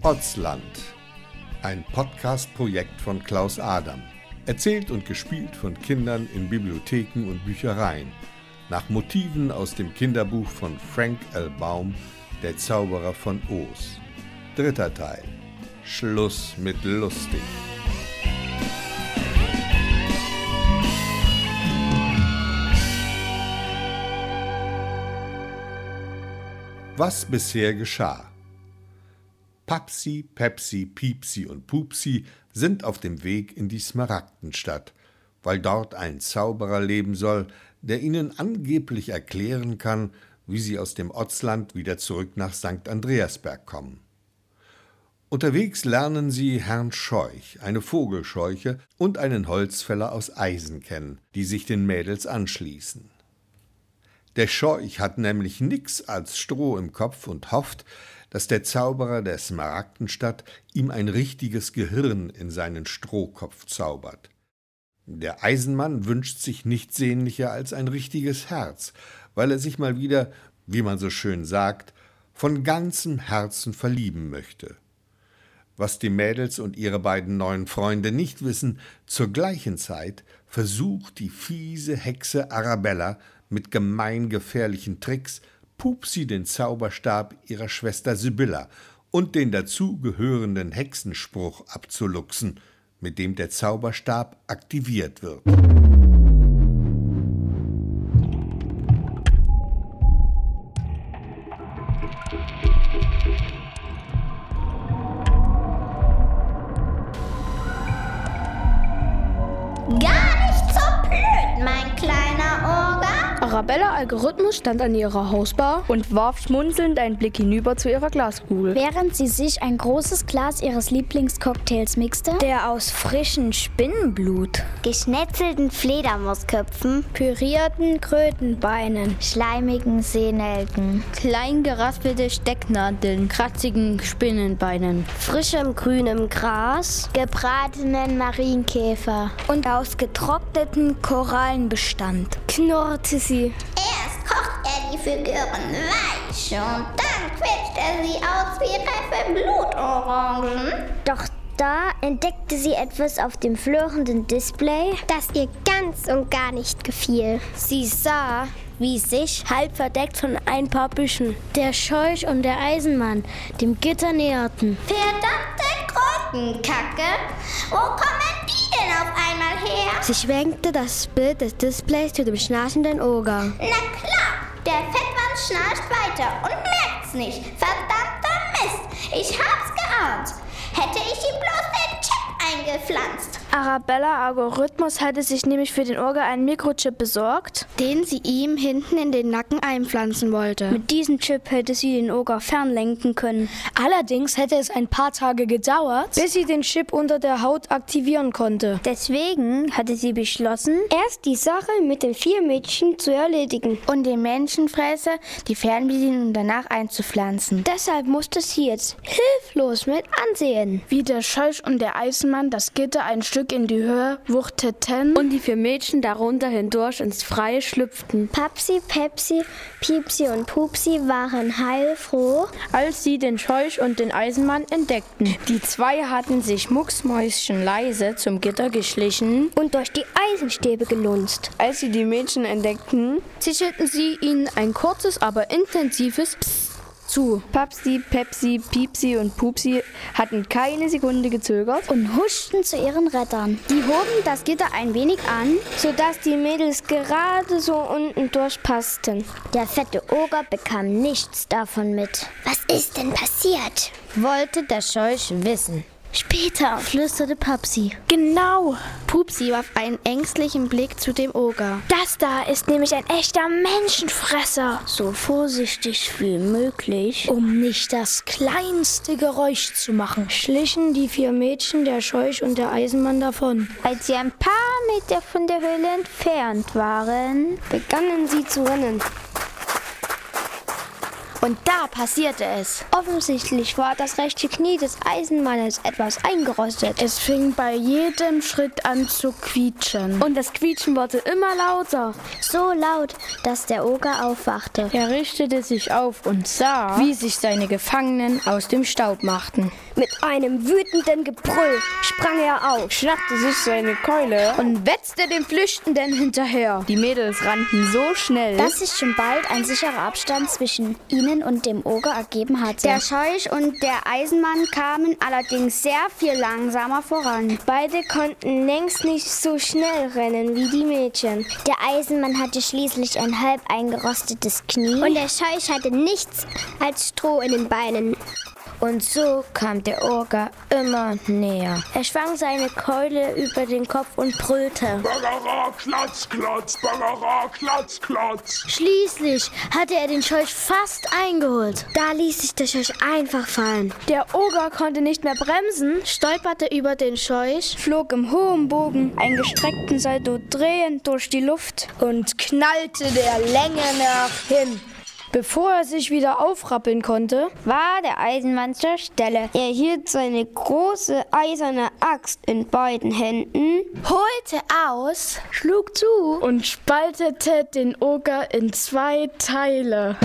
Potsland. Ein Podcast-Projekt von Klaus Adam. Erzählt und gespielt von Kindern in Bibliotheken und Büchereien. Nach Motiven aus dem Kinderbuch von Frank L. Baum, Der Zauberer von Oz. Dritter Teil. Schluss mit lustig. Was bisher geschah? Papsi, Pepsi, Piepsi und Pupsi sind auf dem Weg in die Smaragdenstadt, weil dort ein Zauberer leben soll, der ihnen angeblich erklären kann, wie sie aus dem Otzland wieder zurück nach St. Andreasberg kommen. Unterwegs lernen sie Herrn Scheuch, eine Vogelscheuche und einen Holzfäller aus Eisen kennen, die sich den Mädels anschließen. Der Scheuch hat nämlich nix als Stroh im Kopf und hofft, dass der Zauberer der Smaragdenstadt ihm ein richtiges Gehirn in seinen Strohkopf zaubert. Der Eisenmann wünscht sich nichts sehnlicher als ein richtiges Herz, weil er sich mal wieder, wie man so schön sagt, von ganzem Herzen verlieben möchte. Was die Mädels und ihre beiden neuen Freunde nicht wissen, zur gleichen Zeit versucht die fiese Hexe Arabella mit gemeingefährlichen Tricks Pupsi den Zauberstab ihrer Schwester Sibylla und den dazugehörenden Hexenspruch abzuluxen, mit dem der Zauberstab aktiviert wird. Gar nicht so blöd, mein kleiner Orga. Arabella Algorithmus stand an ihrer Hausbar und warf schmunzelnd einen Blick hinüber zu ihrer Glaskugel. Während sie sich ein großes Glas ihres Lieblingscocktails mixte, der aus frischem Spinnenblut, Geschnetzelten Fledermausköpfen, pürierten Krötenbeinen, schleimigen Seenelken, klein geraspelte Stecknadeln, kratzigen Spinnenbeinen. frischem grünem Gras gebratenen Marienkäfer. und aus getrockneten Korallen bestand, knurrte sie. Erst kocht er die Figuren weich und dann quetscht er sie aus wie reife Blutorangen. doch da entdeckte sie etwas auf dem flirrenden Display, das ihr ganz und gar nicht gefiel. Sie sah, wie sich, halb verdeckt von ein paar Büschen, der Scheuch und der Eisenmann dem Gitter näherten. Verdammte Krötenkacke, wo kommen die denn auf einmal her? Sie schwenkte das Bild des Displays zu dem schnarchenden Oger. Na klar, der Fettmann schnarcht weiter und merkt's nicht. Verdammter Mist, ich hab's geahnt. Hätte ich ihm bloß den Chip eingepflanzt. Arabella Algorithmus hatte sich nämlich für den Orga einen Mikrochip besorgt, den sie ihm hinten in den Nacken einpflanzen wollte. Mit diesem Chip hätte sie den Oger fernlenken können. Allerdings hätte es ein paar Tage gedauert, bis sie den Chip unter der Haut aktivieren konnte. Deswegen hatte sie beschlossen, Erst die Sache mit den vier Mädchen zu erledigen. und den Menschenfresser die Fernbedienung danach einzupflanzen. deshalb musste sie jetzt hilflos mit ansehen. Wie der Scheuch und der Eisenmann das Gitter ein Stück in die Höhe wuchteten Und die vier Mädchen darunter hindurch ins Freie schlüpften. Papsi, Pepsi, Piepsi und Pupsi waren heilfroh. als sie den Scheuch und den Eisenmann entdeckten. Die zwei hatten sich mucksmäuschenleise zum Gitter geschlichen. und durch die Eisenstäbe gelunzt. als sie die Mädchen entdeckten, Zischelten sie ihnen ein kurzes, aber intensives Psst zu. Papsi, Pepsi, Piepsi und Pupsi hatten keine Sekunde gezögert. und huschten zu ihren Rettern. Die hoben das Gitter ein wenig an, sodass die Mädels gerade so unten durchpassten. Der fette Oger bekam nichts davon mit. Was ist denn passiert? Wollte der Scheuch wissen. Später flüsterte Papsi. genau, Pupsi warf einen ängstlichen Blick zu dem Oger. Das da ist nämlich ein echter Menschenfresser. So vorsichtig wie möglich. Um nicht das kleinste Geräusch zu machen, schlichen die vier Mädchen, der Scheuch und der Eisenmann davon. Als sie ein paar Meter von der Höhle entfernt waren, begannen sie zu rennen. Und da passierte es. Offensichtlich war das rechte Knie des Eisenmannes etwas eingerostet. Es fing bei jedem Schritt an zu quietschen. Und das Quietschen wurde immer lauter. So laut, dass der Oger aufwachte. Er richtete sich auf und sah, wie sich seine Gefangenen aus dem Staub machten. Mit einem wütenden Gebrüll sprang er auf. schnappte sich seine Keule Und wetzte dem Flüchtenden hinterher. Die Mädels rannten so schnell. Dass sich schon bald ein sicherer Abstand zwischen ihnen und dem Oger ergeben hatte. Der Scheuch und der Eisenmann kamen allerdings sehr viel langsamer voran. Beide konnten längst nicht so schnell rennen wie die Mädchen. Der Eisenmann hatte schließlich ein halb eingerostetes Knie. Und der Scheuch hatte nichts als Stroh in den Beinen. Und so kam der Orga immer näher. Er schwang seine Keule über den Kopf und brüllte. Bagara, Klatz, Klatz, Bagara, Klatz, Klatz. Schließlich hatte er den Scheuch fast eingeholt. Da ließ sich der Scheuch einfach fallen. Der Oger konnte nicht mehr bremsen, stolperte über den Scheuch, Flog im hohen Bogen einen gestreckten Salto drehend durch die Luft und knallte der Länge nach hin. Bevor er sich wieder aufrappeln konnte, war der Eisenmann zur Stelle. Er hielt seine große eiserne Axt in beiden Händen. Holte aus, schlug zu Und spaltete den Oger in zwei Teile.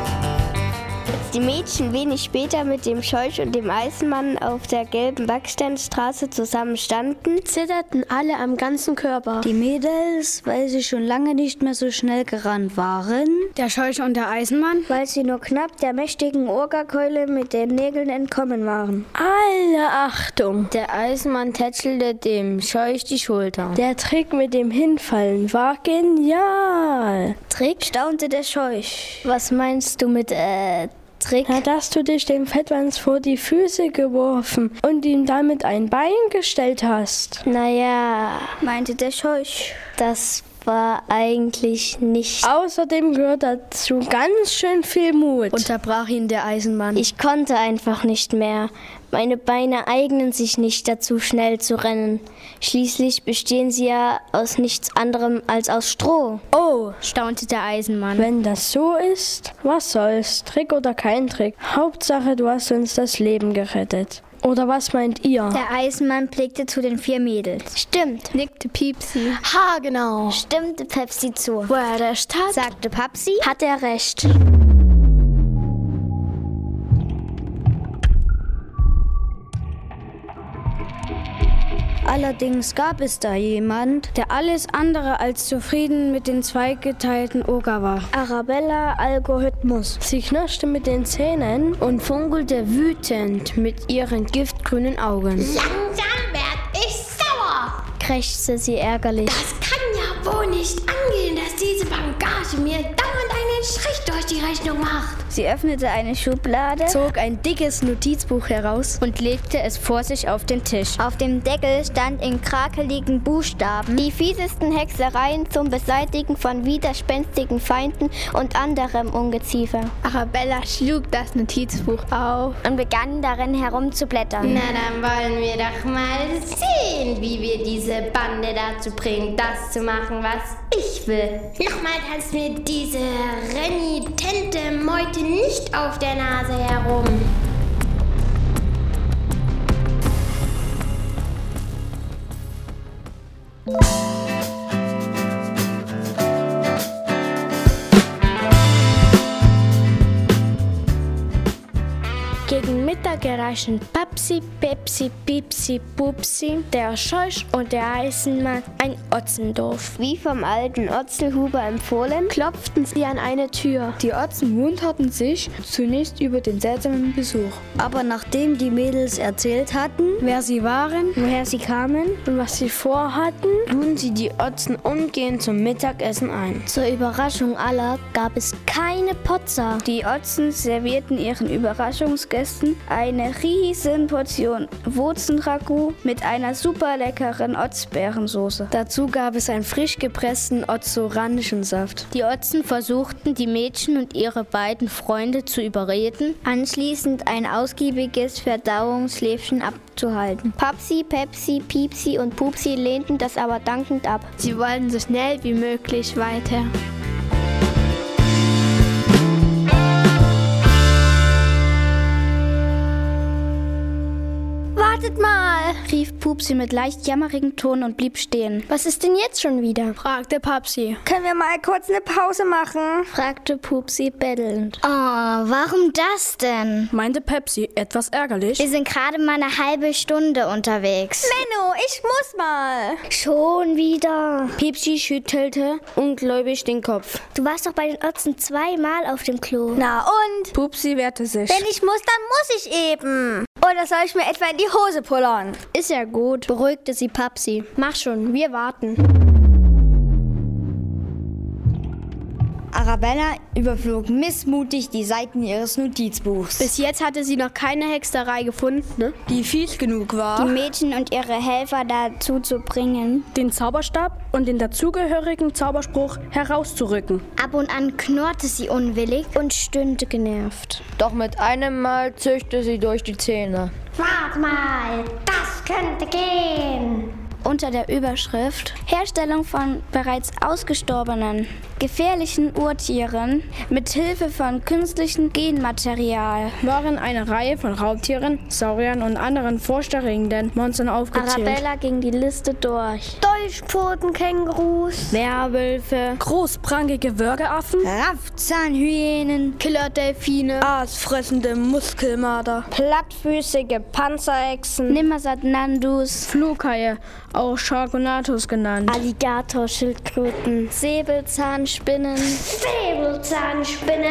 Als die Mädchen wenig später mit dem Scheuch und dem Eisenmann auf der gelben Backsteinstraße zusammenstanden, zitterten alle am ganzen Körper. die Mädels, weil sie schon lange nicht mehr so schnell gerannt waren, Der Scheuch und der Eisenmann? weil sie nur knapp der mächtigen Orgakeule mit den Nägeln entkommen waren. Alle Achtung! Der Eisenmann tätschelte dem Scheuch die Schulter. Der Trick mit dem Hinfallen war genial. Trick? staunte der Scheuch. Was meinst du mit äh, Trick? Na, dass du dich dem Fettwanz vor die Füße geworfen und ihm damit ein Bein gestellt hast. Naja, meinte der Scheuch. das war eigentlich nicht. Außerdem gehört dazu ganz schön viel Mut. Unterbrach ihn der Eisenmann. Ich konnte einfach nicht mehr. Meine Beine eignen sich nicht dazu, schnell zu rennen. Schließlich bestehen sie ja aus nichts anderem als aus Stroh. oh, Staunte der Eisenmann. Wenn das so ist, was soll's, Trick oder kein Trick. Hauptsache, du hast uns das Leben gerettet. Oder was meint ihr? Der Eisenmann blickte zu den vier Mädels. Stimmt, nickte Piepsi. Ha, genau. stimmte Pepsi zu, Wo er recht hat. sagte Papsi. Hat er recht. Allerdings gab es da jemand, der alles andere als zufrieden mit den zweigeteilten Oger war. Arabella Algorithmus. Sie knirschte mit den Zähnen und funkelte wütend mit ihren giftgrünen Augen. Langsam werd ich sauer. krächzte sie ärgerlich. Das kann ja wohl nicht angehen, dass diese Bankage mir dauernd einen Strich durch die Rechnung macht. Sie öffnete eine Schublade. Zog ein dickes Notizbuch heraus und legte es vor sich auf den Tisch. Auf dem Deckel stand in krakeligen Buchstaben die fiesesten Hexereien zum Beseitigen von widerspenstigen Feinden und anderem Ungeziefer Arabella schlug das Notizbuch auf. und begann darin herumzublättern. Na, dann wollen wir doch mal sehen, wie wir diese Bande dazu bringen, das zu machen, was ich will. Nochmal tanzt mir diese renitente Meute nicht auf der Nase herum. Gegen Mittag erreichen Papsi, Pepsi, Pipsi, Pupsi, der Scheusch und der Eisenmann ein Otzendorf. Wie vom alten Otzelhuber empfohlen, klopften sie an eine Tür. Die Otzen wunderten sich zunächst über den seltsamen Besuch. Aber nachdem die Mädels erzählt hatten, wer sie waren, woher sie kamen und was sie vorhatten, luden sie die Otzen umgehend zum Mittagessen ein. Zur Überraschung aller gab es keine Pizza. Die Otzen servierten ihren Überraschungsgästen eine riesen leckeren Portion Wurzenragout mit einer super leckeren Otzbeerensoße. Dazu gab es einen frisch gepressten Otzorangensaft. Die Otzen versuchten, die Mädchen und ihre beiden Freunde zu überreden, anschließend ein ausgiebiges Verdauungsschläfchen abzuhalten. Papsi, Pepsi, Piepsi und Pupsi lehnten das aber dankend ab. Sie wollen so schnell wie möglich weiter. Wartet mal! rief Pupsi mit leicht jammerigem Ton und blieb stehen. Was ist denn jetzt schon wieder? fragte Papsi. Können wir mal kurz eine Pause machen? fragte Pupsi bettelnd. Oh, warum das denn? Meinte Pepsi etwas ärgerlich. Wir sind gerade mal eine halbe Stunde unterwegs. Menno, ich muss mal. Schon wieder. Pepsi schüttelte ungläubig den Kopf. Du warst doch bei den Otzen zweimal auf dem Klo. Na und? Pupsi wehrte sich. Wenn ich muss, dann muss ich eben. Oder soll ich mir etwa in die Hose pullern? Ist ja gut, beruhigte sie Papsi. Mach schon, wir warten. Arabella überflog missmutig die Seiten ihres Notizbuchs. Bis jetzt hatte sie noch keine Hexerei gefunden, die fies genug war, die Mädchen und ihre Helfer dazu zu bringen, den Zauberstab und den dazugehörigen Zauberspruch herauszurücken. Ab und an knurrte sie unwillig und stöhnte genervt. Doch mit einem Mal zischte sie durch die Zähne. Wart mal, das könnte gehen. Unter der Überschrift Herstellung von bereits ausgestorbenen, gefährlichen Urtieren mit Hilfe von künstlichem Genmaterial waren eine Reihe von Raubtieren, Sauriern und anderen furchterregenden Monstern aufgezählt. Arabella ging die Liste durch. Dolchpotenkängurus, Werwölfe, großprangige Würgeaffen, Raffzahnhyänen, Killerdelfine, aasfressende Muskelmarder, plattfüßige Panzerechsen, Nimmersatnandus, Flughaie, auch Sharkonatus genannt, Alligatorschildkröten, Säbelzahnspinnen. Säbelzahnspinnen,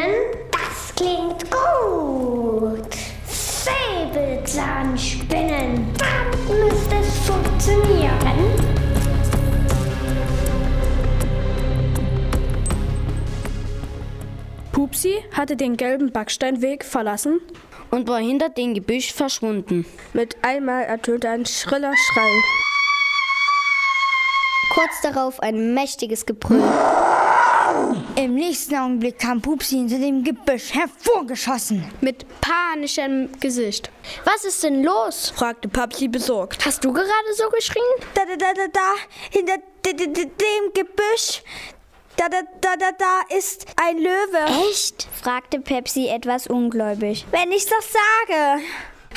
das klingt gut. Säbelzahnspinnen, dann müsste es funktionieren. Pupsi hatte den gelben Backsteinweg verlassen und war hinter dem Gebüsch verschwunden. Mit einmal ertönte ein schriller Schrei. Kurz darauf ein mächtiges Gebrüll. Im nächsten Augenblick kam Pupsi hinter dem Gebüsch hervorgeschossen. Mit panischem Gesicht. Was ist denn los? fragte Papsi besorgt. Hast du gerade so geschrien? Da, da, da, da, da, hinter d- d- d- dem Gebüsch. Da, da, da, da, da ist ein Löwe. Echt? fragte Pepsi etwas ungläubig. Wenn ich das sage.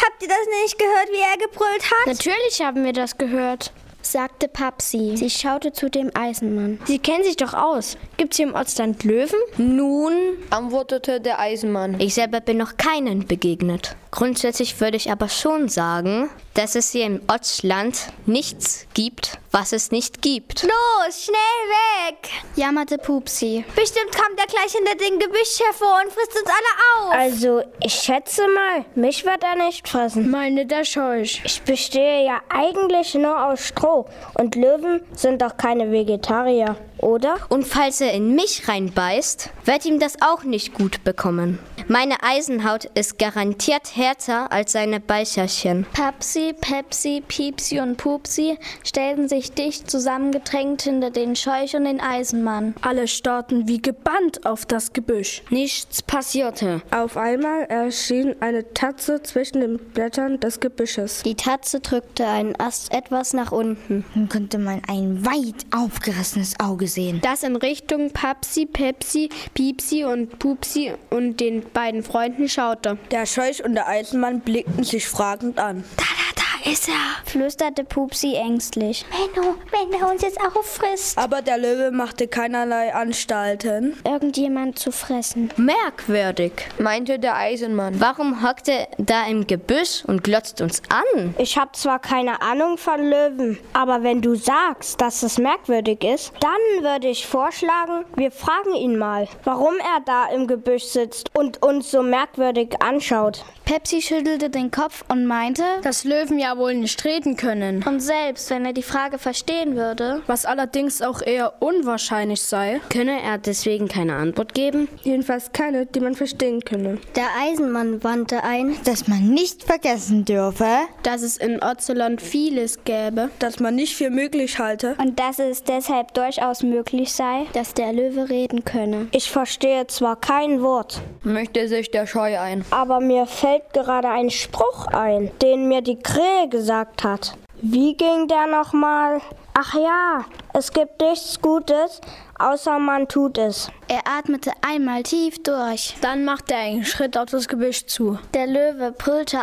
Habt ihr das nicht gehört, wie er gebrüllt hat? Natürlich haben wir das gehört, sagte Papsi. Sie schaute zu dem Eisenmann. Sie kennen sich doch aus. Gibt's hier im Ortsland Löwen? Nun, antwortete der Eisenmann. Ich selber bin noch keinen begegnet. Grundsätzlich würde ich aber schon sagen, dass es hier im Ortsland nichts gibt, was es nicht gibt. Los, Oh, schnell weg! Jammerte Pupsi. Bestimmt kommt er gleich hinter den Gebüsch hervor und frisst uns alle auf. Also, ich schätze mal, mich wird er nicht fressen. Meine der Scheuch. Ich bestehe ja eigentlich nur aus Stroh. Und Löwen sind doch keine Vegetarier, oder? Und falls er in mich reinbeißt, wird ihm das auch nicht gut bekommen. Meine Eisenhaut ist garantiert härter als seine Beicherchen. Papsi, Pepsi, Piepsi und Pupsi stellten sich dicht zusammengedrängt hinter den Scheuch und den Eisenmann. Alle starrten wie gebannt auf das Gebüsch. Nichts passierte. Auf einmal erschien eine Tatze zwischen den Blättern des Gebüsches. Die Tatze drückte einen Ast etwas nach unten. Nun konnte man ein weit aufgerissenes Auge sehen. Das in Richtung Papsi, Pepsi, Piepsi und Pupsi und den beiden Freunden schaute. Der Scheuch und der Eisenmann blickten sich fragend an. Da, da, da ist er! flüsterte Pupsi ängstlich. Menno, wenn er uns jetzt auffrisst. Aber der Löwe machte keinerlei Anstalten, Irgendjemand zu fressen. Merkwürdig. meinte der Eisenmann. Warum hockt er da im Gebüsch und glotzt uns an? Ich habe zwar keine Ahnung von Löwen, aber wenn du sagst, dass es merkwürdig ist, dann würde ich vorschlagen, wir fragen ihn mal, warum er da im Gebüsch sitzt und uns so merkwürdig anschaut. Pepsi schüttelte den Kopf und meinte, Dass Löwen ja ja wohl nicht reden können. Und selbst wenn er die Frage verstehen würde, was allerdings auch eher unwahrscheinlich sei, Könne er deswegen keine Antwort geben? Jedenfalls keine, die man verstehen könne. Der Eisenmann wandte ein, dass man nicht vergessen dürfe, dass es in Ocelon vieles gäbe, dass man nicht für möglich halte. Und dass es deshalb durchaus möglich sei, dass der Löwe reden könne. Ich verstehe zwar kein Wort, Möchte sich der Scheu ein. aber mir fällt gerade ein Spruch ein, den mir die Krähe gesagt hat. Wie ging der nochmal? Ach ja, es gibt nichts Gutes, außer man tut es. Er atmete einmal tief durch. Dann machte er einen Schritt auf das Gebüsch zu. Der Löwe brüllte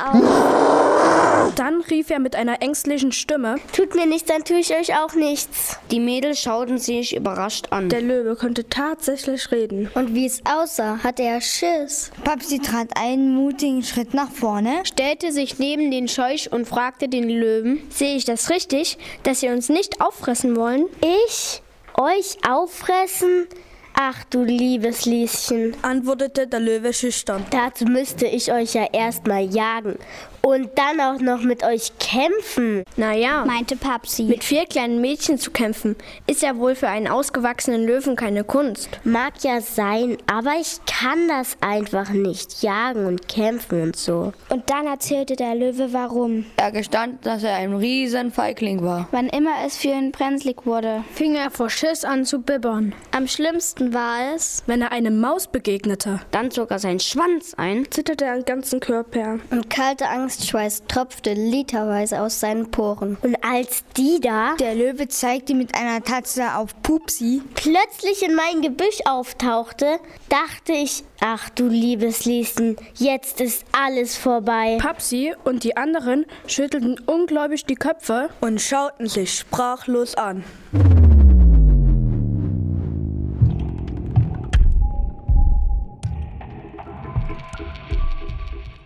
auf. Dann rief er mit einer ängstlichen Stimme: Tut mir nichts, dann tue ich euch auch nichts. Die Mädels schauten sich überrascht an. Der Löwe konnte tatsächlich reden. Und wie es aussah, hatte er Schiss. Papsi trat einen mutigen Schritt nach vorne. Stellte sich neben den Scheuch und fragte den Löwen, Sehe ich das richtig, dass ihr uns nicht auffressen wollen? Ich? Euch auffressen? Ach du liebes Lieschen. Antwortete der Löwe schüchtern. Dazu müsste ich euch ja erstmal jagen und dann auch noch mit euch kämpfen. Naja, meinte Papsi. mit vier kleinen Mädchen zu kämpfen, ist ja wohl für einen ausgewachsenen Löwen keine Kunst. Mag ja sein, aber ich kann das einfach nicht. Jagen und kämpfen und so. Und dann erzählte der Löwe warum. Er gestand, dass er ein riesen Feigling war. Wann immer es für ihn brenzlig wurde. Fing er vor Schiss an zu bibbern. Am schlimmsten war es, Wenn er eine Maus begegnete, dann zog er seinen Schwanz ein. zitterte er am ganzen Körper. Und kalte Angstschweiß tropfte literweise aus seinen Poren. Und als die da Der Löwe zeigte mit einer Tatze auf Pupsi. plötzlich in mein Gebüsch auftauchte, dachte ich, ach du liebes Lieschen, jetzt ist alles Äh. vorbei. Papsi und die anderen schüttelten ungläubig die Köpfe. Und schauten sich sprachlos an.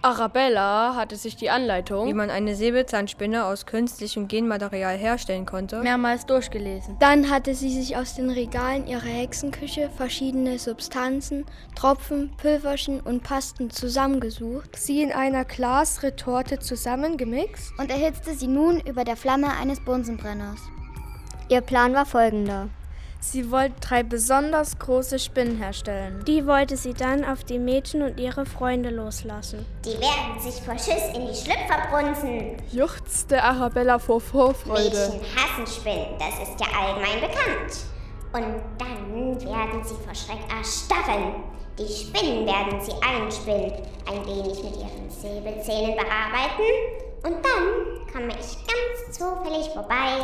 Arabella hatte sich die Anleitung, wie man eine Säbelzahnspinne aus künstlichem Genmaterial herstellen konnte. mehrmals durchgelesen. Dann hatte sie sich aus den Regalen ihrer Hexenküche verschiedene Substanzen, Tropfen, Pülverchen und Pasten zusammengesucht, sie in einer Glasretorte zusammengemixt Und erhitzte sie nun über der Flamme eines Bunsenbrenners. Ihr Plan war folgender. Sie wollte drei besonders große Spinnen herstellen. Die wollte sie dann auf die Mädchen und ihre Freunde loslassen. Die werden sich vor Schiss in die Schlüpfer brunzen. Juchzte Arabella vor Vorfreude. Äh. Mädchen hassen Spinnen, das ist ja allgemein bekannt. Und dann werden sie vor Schreck erstarren. Die Spinnen werden sie einspinnen, ein wenig mit ihren Säbelzähnen bearbeiten. Und dann komme ich ganz zufällig vorbei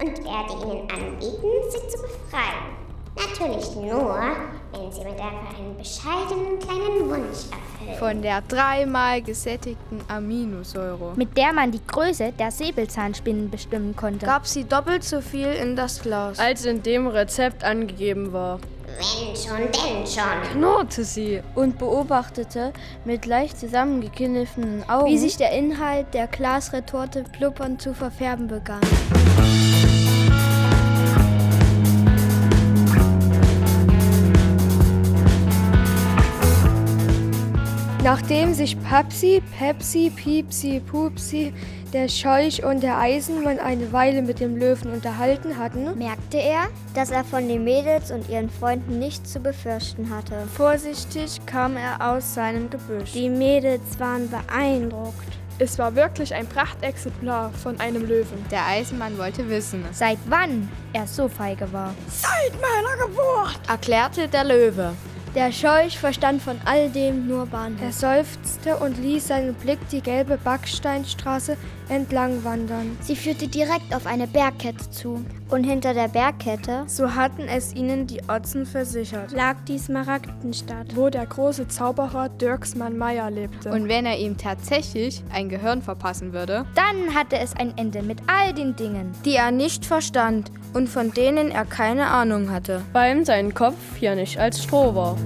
und werde ihnen anbieten, sie zu befreien. Natürlich nur, wenn sie mir dafür einen bescheidenen kleinen Wunsch erfüllen. Von der dreimal gesättigten Aminosäure. Mit der man die Größe der Säbelzahnspinnen bestimmen konnte. Gab sie doppelt so viel in das Glas. Als in dem Rezept angegeben war. Wenn schon, denn schon. Knurrte sie. und beobachtete mit leicht zusammengekniffenen Augen, wie sich der Inhalt der Glasretorte blubbern zu verfärben begann. Nachdem sich Papsi, Pepsi, Piepsi, Pupsi, der Scheuch und der Eisenmann eine Weile mit dem Löwen unterhalten hatten, Merkte er, dass er von den Mädels und ihren Freunden nichts zu befürchten hatte. Vorsichtig kam er aus seinem Gebüsch. Die Mädels waren beeindruckt. Es war wirklich ein Prachtexemplar von einem Löwen. Der Eisenmann wollte wissen, Seit wann er so feige war. Erklärte der Löwe. Der Scheuch verstand von all dem nur Bahnhof. er seufzte und ließ seinen Blick die gelbe Backsteinstraße entlang wandern. Sie führte direkt auf eine Bergkette zu. Und hinter der Bergkette So hatten es ihnen die Otzen versichert, Lag die Smaragdenstadt. wo der große Zauberer Dirksmann Meyer lebte. Und wenn er ihm tatsächlich ein Gehirn verpassen würde, Dann hatte es ein Ende mit all den Dingen. Die er nicht verstand und von denen er keine Ahnung hatte. weil ihm sein Kopf ja nicht als Stroh war.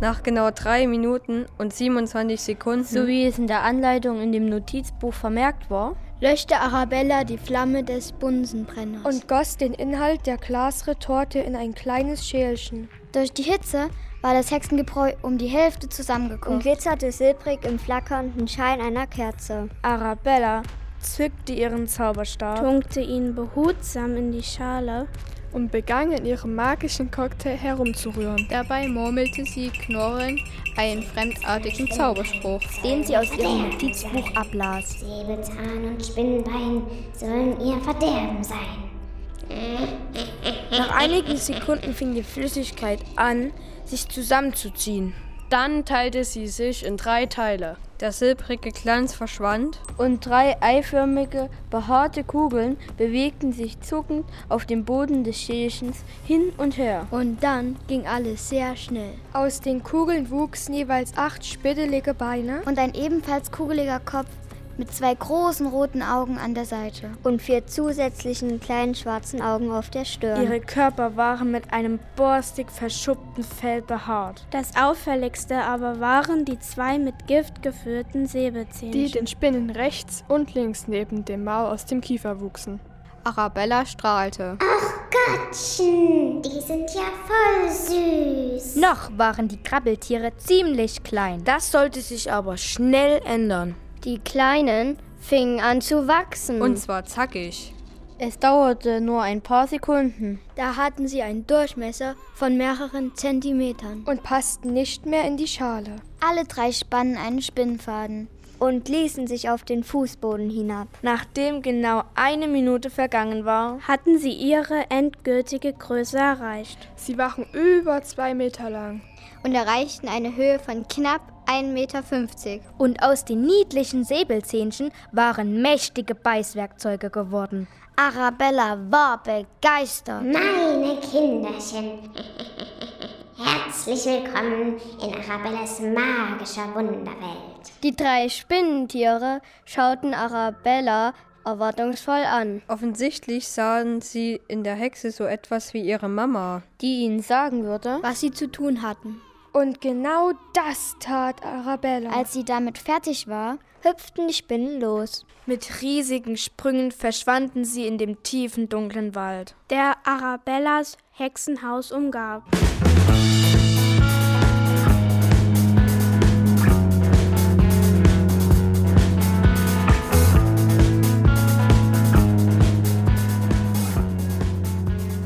Nach genau 3 Minuten und 27 Sekunden, so wie es in der Anleitung in dem Notizbuch vermerkt war, löschte Arabella die Flamme des Bunsenbrenners. und goss den Inhalt der Glasretorte in ein kleines Schälchen. Durch die Hitze war das Hexengebräu um die Hälfte zusammengekocht und glitzerte silbrig im flackernden Schein einer Kerze. Arabella zückte ihren Zauberstab, tunkte ihn behutsam in die Schale und begann in ihrem magischen Cocktail herumzurühren. Dabei murmelte sie knurrend einen fremdartigen Zauberspruch, den sie aus ihrem Notizbuch ablas. Säbelzahn und Spinnenbein sollen ihr Verderben sein. Nach einigen Sekunden fing die Flüssigkeit an, sich zusammenzuziehen. Dann teilte sie sich in drei Teile. der silbrige Glanz verschwand und drei eiförmige, behaarte Kugeln bewegten sich zuckend auf dem Boden des Schälchens hin und her. Und dann ging alles sehr schnell. Aus den Kugeln wuchsen jeweils acht spittelige Beine. Und ein ebenfalls kugeliger Kopf mit zwei großen roten Augen an der Seite. Und vier zusätzlichen kleinen schwarzen Augen auf der Stirn. Ihre Körper waren mit einem borstig verschuppten Fell behaart. Das auffälligste aber waren die zwei mit Gift geführten die Säbelzähnchen. den Spinnen rechts und links neben dem Maul aus dem Kiefer wuchsen. Arabella strahlte. Gottchen, die sind ja voll süß. Noch waren die Krabbeltiere ziemlich klein. Das sollte sich aber schnell ändern. Die Kleinen fingen an zu wachsen. Und zwar zackig. Es dauerte nur ein paar Sekunden. Da hatten sie einen Durchmesser von mehreren Zentimetern. Und passten nicht mehr in die Schale. Alle drei spannen einen Spinnfaden und ließen sich auf den Fußboden hinab. Nachdem genau eine Minute vergangen war, hatten sie ihre endgültige Größe erreicht. Sie waren über zwei Meter lang. und erreichten eine Höhe von knapp 1,50 Meter. Und aus den niedlichen Säbelzähnchen waren mächtige Beißwerkzeuge geworden. Arabella war begeistert. Meine Kinderchen, herzlich willkommen in Arabellas magischer Wunderwelt. Die drei Spinnentiere schauten Arabella erwartungsvoll an. Offensichtlich sahen sie in der Hexe so etwas wie ihre Mama. Die ihnen sagen würde, was sie zu tun hatten. Und genau das tat Arabella. Als sie damit fertig war, hüpften die Spinnen los. Mit riesigen Sprüngen verschwanden sie in dem tiefen, dunklen Wald. Der Arabellas Hexenhaus umgab.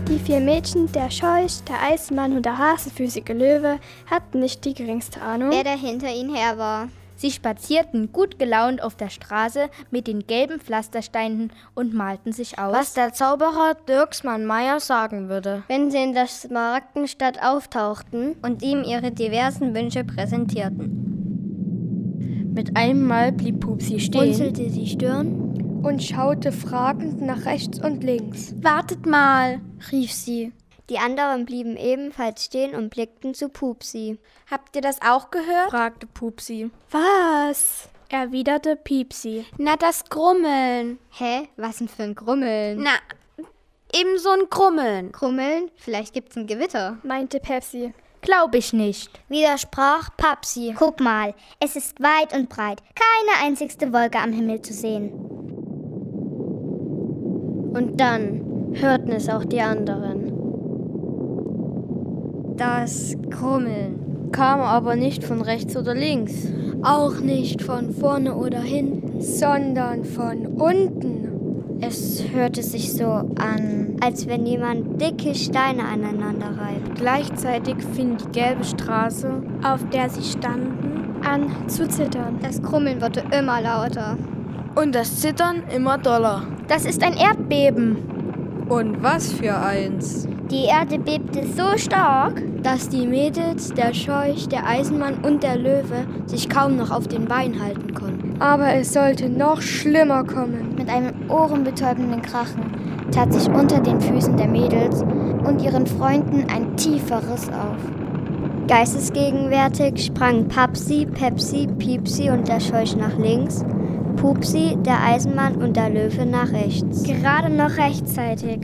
Die vier Mädchen, der Scheuch, der Eismann und der hasenfüßige Löwe hatten nicht die geringste Ahnung, Wer da hinter ihnen her war. Sie spazierten gut gelaunt auf der Straße mit den gelben Pflastersteinen und malten sich aus. was der Zauberer Dirksmann Meyer sagen würde. Wenn sie in der Smaragdenstadt auftauchten und ihm ihre diversen Wünsche präsentierten. Mit einem Mal blieb Pupsi stehen. Runzelte die Stirn. und schaute fragend nach rechts und links. Wartet mal, rief sie. Die anderen blieben ebenfalls stehen und blickten zu Pupsi. Habt ihr das auch gehört? fragte Pupsi. Was? erwiderte Piepsi. Na, das Grummeln. Hä? Was denn für ein Grummeln? Na, eben so ein Grummeln. Grummeln? Vielleicht gibt's ein Gewitter. meinte Pepsi. Glaube ich nicht. Widersprach Papsi. Guck mal, es ist weit und breit keine einzigste Wolke am Himmel zu sehen. Und dann hörten es auch die anderen. Das Krummeln kam aber nicht von rechts oder links. Auch nicht von vorne oder hinten, sondern von unten. Es hörte sich so an, als wenn jemand dicke Steine aneinander reibt. Gleichzeitig fing die gelbe Straße, auf der sie standen, an zu zittern. Das Krummeln wurde immer lauter. Und das Zittern immer doller. Das ist ein Erdbeben. Und was für eins. Die Erde bebte so stark. dass die Mädels, der Scheuch, der Eisenmann und der Löwe sich kaum noch auf den Beinen halten konnten. Aber es sollte noch schlimmer kommen. Mit einem ohrenbetäubenden Krachen tat sich unter den Füßen der Mädels und ihren Freunden ein tiefer Riss auf. Geistesgegenwärtig sprangen Papsi, Pepsi, Piepsi und der Scheuch nach links, Pupsi, der Eisenmann und der Löwe nach rechts. Gerade noch rechtzeitig.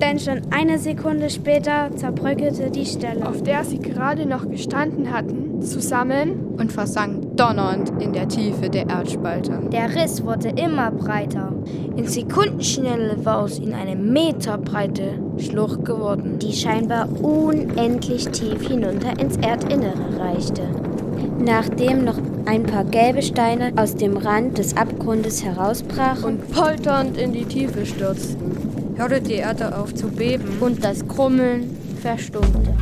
Denn schon eine Sekunde später zerbröckelte die Stelle. Auf der sie gerade noch gestanden hatten, zusammen und versank donnernd in der Tiefe der Erdspalte. Der Riss wurde immer breiter. In Sekundenschnelle war aus ihnen eine meterbreite Schlucht geworden. Die scheinbar unendlich tief hinunter ins Erdinnere reichte. Nachdem noch ein paar gelbe Steine aus dem Rand des Abgrundes herausbrachen und polternd in die Tiefe stürzten, hörte die Erde auf zu beben und das Krummeln verstummte.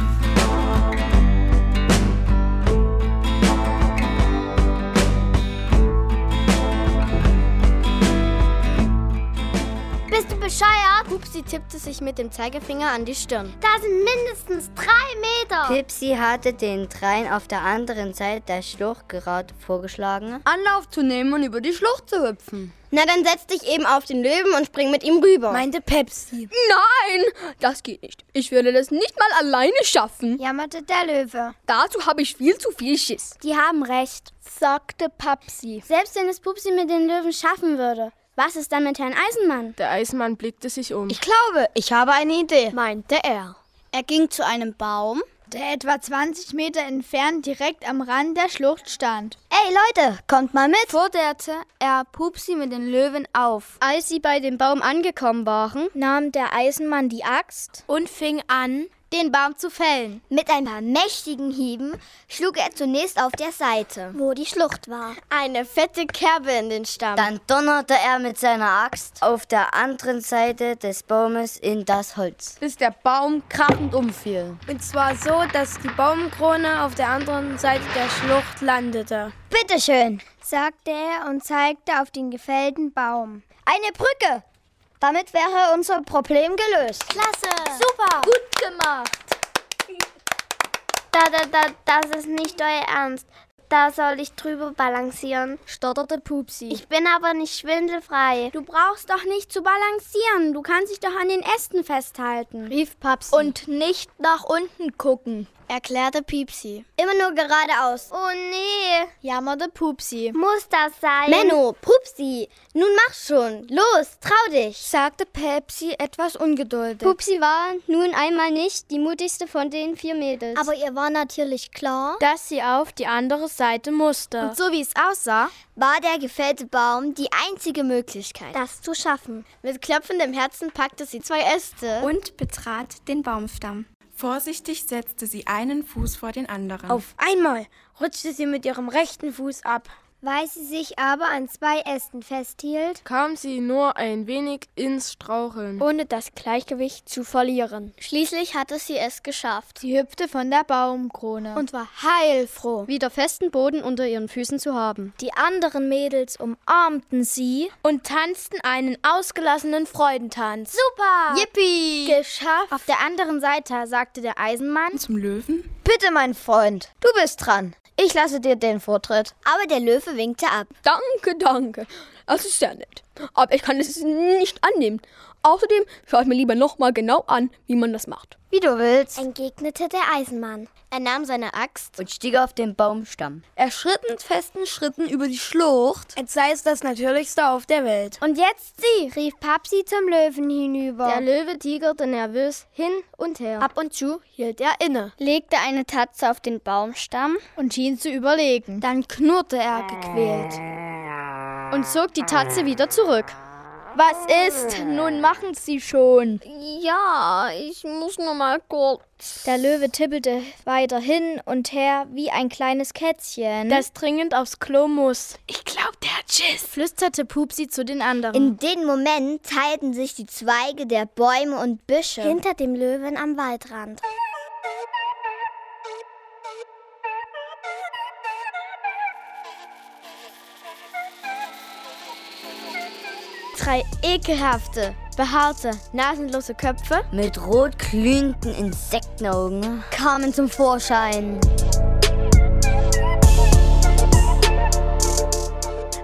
Bist du bescheuert? Pupsi tippte sich mit dem Zeigefinger an die Stirn. Da sind mindestens drei Meter. Pipsi hatte den dreien auf der anderen Seite der Schlucht gerade vorgeschlagen. Anlauf zu nehmen und über die Schlucht zu hüpfen. Na, dann setz dich eben auf den Löwen und spring mit ihm rüber. Meinte Pepsi. Nein, das geht nicht. Ich würde das nicht mal alleine schaffen, jammerte der Löwe. Mhm. Dazu habe ich viel zu viel Schiss. Die haben recht, sagte Papsi. Selbst wenn es Pupsi mit den Löwen schaffen würde, was ist dann mit Herrn Eisenmann? Der Eisenmann blickte sich um. Ich glaube, ich habe eine Idee, meinte er. Er ging zu einem Baum, der etwa 20 Meter entfernt direkt am Rand der Schlucht stand. Ey Leute, kommt mal mit! forderte er Pupsi mit den Löwen auf. Als sie bei dem Baum angekommen waren, nahm der Eisenmann die Axt und fing an, den Baum zu fällen. Mit ein paar mächtigen Hieben schlug er zunächst auf der Seite, wo die Schlucht war. Eine fette Kerbe in den Stamm. Dann donnerte er mit seiner Axt auf der anderen Seite des Baumes in das Holz, bis der Baum krachend umfiel. Und zwar so, dass die Baumkrone auf der anderen Seite der Schlucht landete. Bitteschön, sagte er und zeigte auf den gefällten Baum. Eine Brücke, damit wäre unser Problem gelöst. Klasse! Super! Gut gemacht! Da, da, da, das ist nicht euer Ernst. Da soll ich drüber balancieren, stotterte Pupsi. Ich bin aber nicht schwindelfrei. Du brauchst doch nicht zu balancieren. Du kannst dich doch an den Ästen festhalten, rief Papsi. Und nicht nach unten gucken, erklärte Pipsi. Immer nur geradeaus. Oh nee, jammerte Pupsi. Muss das sein? Menno, Pupsi, nun mach schon. Los, trau dich, sagte Pepsi etwas ungeduldig. Pupsi war nun einmal nicht die mutigste von den vier Mädels. Aber ihr war natürlich klar, dass sie auf die andere Seite musste. Und so wie es aussah, war der gefällte Baum die einzige Möglichkeit, das zu schaffen. Mit klopfendem Herzen packte sie zwei Äste und betrat den Baumstamm. Vorsichtig setzte sie einen Fuß vor den anderen. Auf einmal rutschte sie mit ihrem rechten Fuß ab. Weil sie sich aber an zwei Ästen festhielt, kam sie nur ein wenig ins Straucheln, ohne das Gleichgewicht zu verlieren. Schließlich hatte sie es geschafft. Sie hüpfte von der Baumkrone und war heilfroh, wieder festen Boden unter ihren Füßen zu haben. Die anderen Mädels umarmten sie und tanzten einen ausgelassenen Freudentanz. Super! Yippie! Geschafft! Auf der anderen Seite sagte der Eisenmann zum Löwen: Bitte, mein Freund, du bist dran. Ich lasse dir den Vortritt. Aber der Löwe winkte ab. Danke, danke. Das ist sehr nett. Aber ich kann es nicht annehmen. Außerdem schaue ich mir lieber nochmal genau an, wie man das macht. Wie du willst, entgegnete der Eisenmann. Er nahm seine Axt und stieg auf den Baumstamm. Er schritt mit festen Schritten über die Schlucht, als sei es das Natürlichste auf der Welt. Und jetzt sie, rief Papsi zum Löwen hinüber. Der Löwe tigerte nervös hin und her. Ab und zu hielt er inne, legte eine Tatze auf den Baumstamm und schien zu überlegen. Dann knurrte er gequält und zog die Tatze wieder zurück. Was ist? Nun machen sie schon. Ja, ich muss nur mal kurz. Der Löwe tippelte weiter hin und her wie ein kleines Kätzchen, das dringend aufs Klo muss. Ich glaub, der hat Schiss, flüsterte Pupsi zu den anderen. In dem Moment teilten sich die Zweige der Bäume und Büsche hinter dem Löwen am Waldrand. drei ekelhafte, behaarte, nasenlose Köpfe mit rot glühenden Insektenaugen kamen zum Vorschein.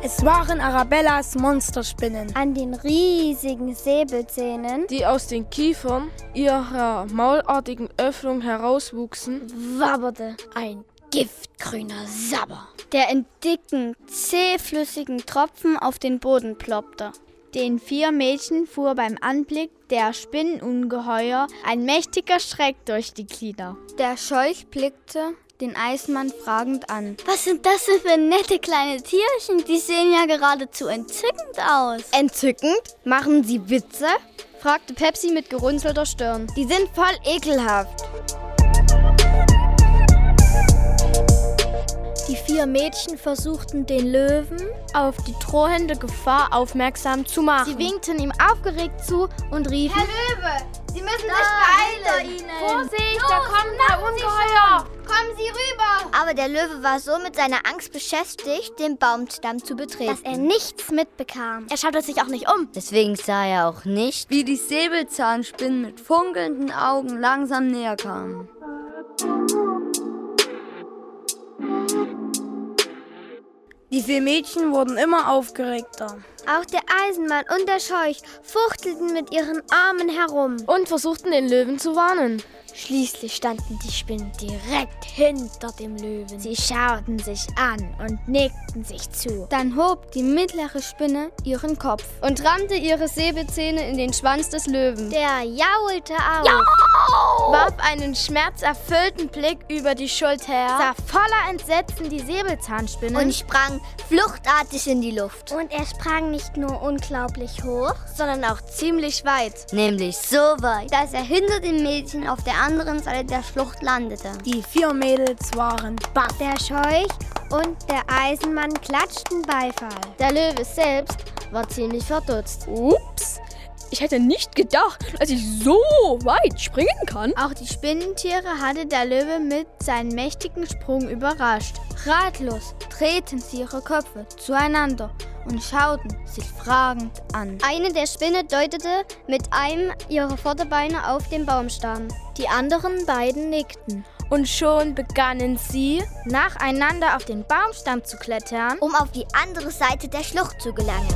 Es waren Arabellas Monsterspinnen. An den riesigen Säbelzähnen, die aus den Kiefern ihrer maulartigen Öffnung herauswuchsen, wabberte ein giftgrüner Sabber, der in dicken, zähflüssigen Tropfen auf den Boden ploppte. Den vier Mädchen fuhr beim Anblick der Spinnenungeheuer ein mächtiger Schreck durch die Glieder. Der Scheuch blickte den Eismann fragend an. Was sind das denn für nette kleine Tierchen? Die sehen ja geradezu entzückend aus. Entzückend? Machen sie Witze? fragte Pepsi mit gerunzelter Stirn. Die sind voll ekelhaft. Die vier Mädchen versuchten den Löwen auf die drohende Gefahr aufmerksam zu machen. Sie winkten ihm aufgeregt zu und riefen: Herr Löwe, Sie müssen sich beeilen. Vorsicht, da kommt ein Ungeheuer. Kommen Sie rüber. Aber der Löwe war so mit seiner Angst beschäftigt, den Baumstamm zu betreten. Dass er nichts mitbekam. Er schaute sich auch nicht um. Deswegen sah er auch nicht, wie die Säbelzahnspinnen mit funkelnden Augen langsam näher kamen. Die vier Mädchen wurden immer aufgeregter. Auch der Eisenmann und der Scheuch fuchtelten mit ihren Armen herum. Und versuchten den Löwen zu warnen. Schließlich standen die Spinnen direkt hinter dem Löwen. Sie schauten sich an und nickten sich zu. Dann hob die mittlere Spinne ihren Kopf und rammte ihre Säbelzähne in den Schwanz des Löwen. Der jaulte auf, warf einen schmerzerfüllten Blick über die Schulter, sah voller Entsetzen die Säbelzahnspinne und sprang fluchtartig in die Luft. Und er sprang nicht nur unglaublich hoch, sondern auch ziemlich weit. nämlich so weit. Dass er hinter den Mädchen auf der anderen Seite der Schlucht landete. Die vier Mädels waren baff. Der Scheuch und der Eisenmann klatschten Beifall. Der Löwe selbst war ziemlich verdutzt. Ups. Ich hätte nicht gedacht, dass ich so weit springen kann. Auch die Spinnentiere hatte der Löwe mit seinem mächtigen Sprung überrascht. Ratlos drehten sie ihre Köpfe zueinander und schauten sich fragend an. Eine der Spinne deutete mit einem ihrer Vorderbeine auf den Baumstamm. Die anderen beiden nickten. Und schon begannen sie, nacheinander auf den Baumstamm zu klettern, um auf die andere Seite der Schlucht zu gelangen.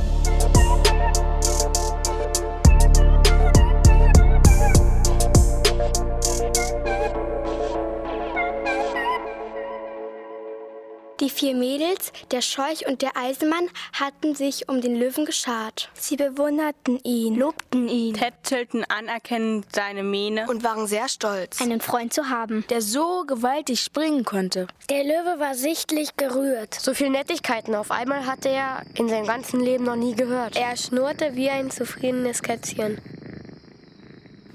Die vier Mädels, der Scheuch und der Eisenmann hatten sich um den Löwen geschart. Sie bewunderten ihn, lobten ihn, tätschelten anerkennend seine Mähne und waren sehr stolz, einen Freund zu haben, der so gewaltig springen konnte. Der Löwe war sichtlich gerührt. So viel Nettigkeiten auf einmal hatte er in seinem ganzen Leben noch nie gehört. Er schnurrte wie ein zufriedenes Kätzchen.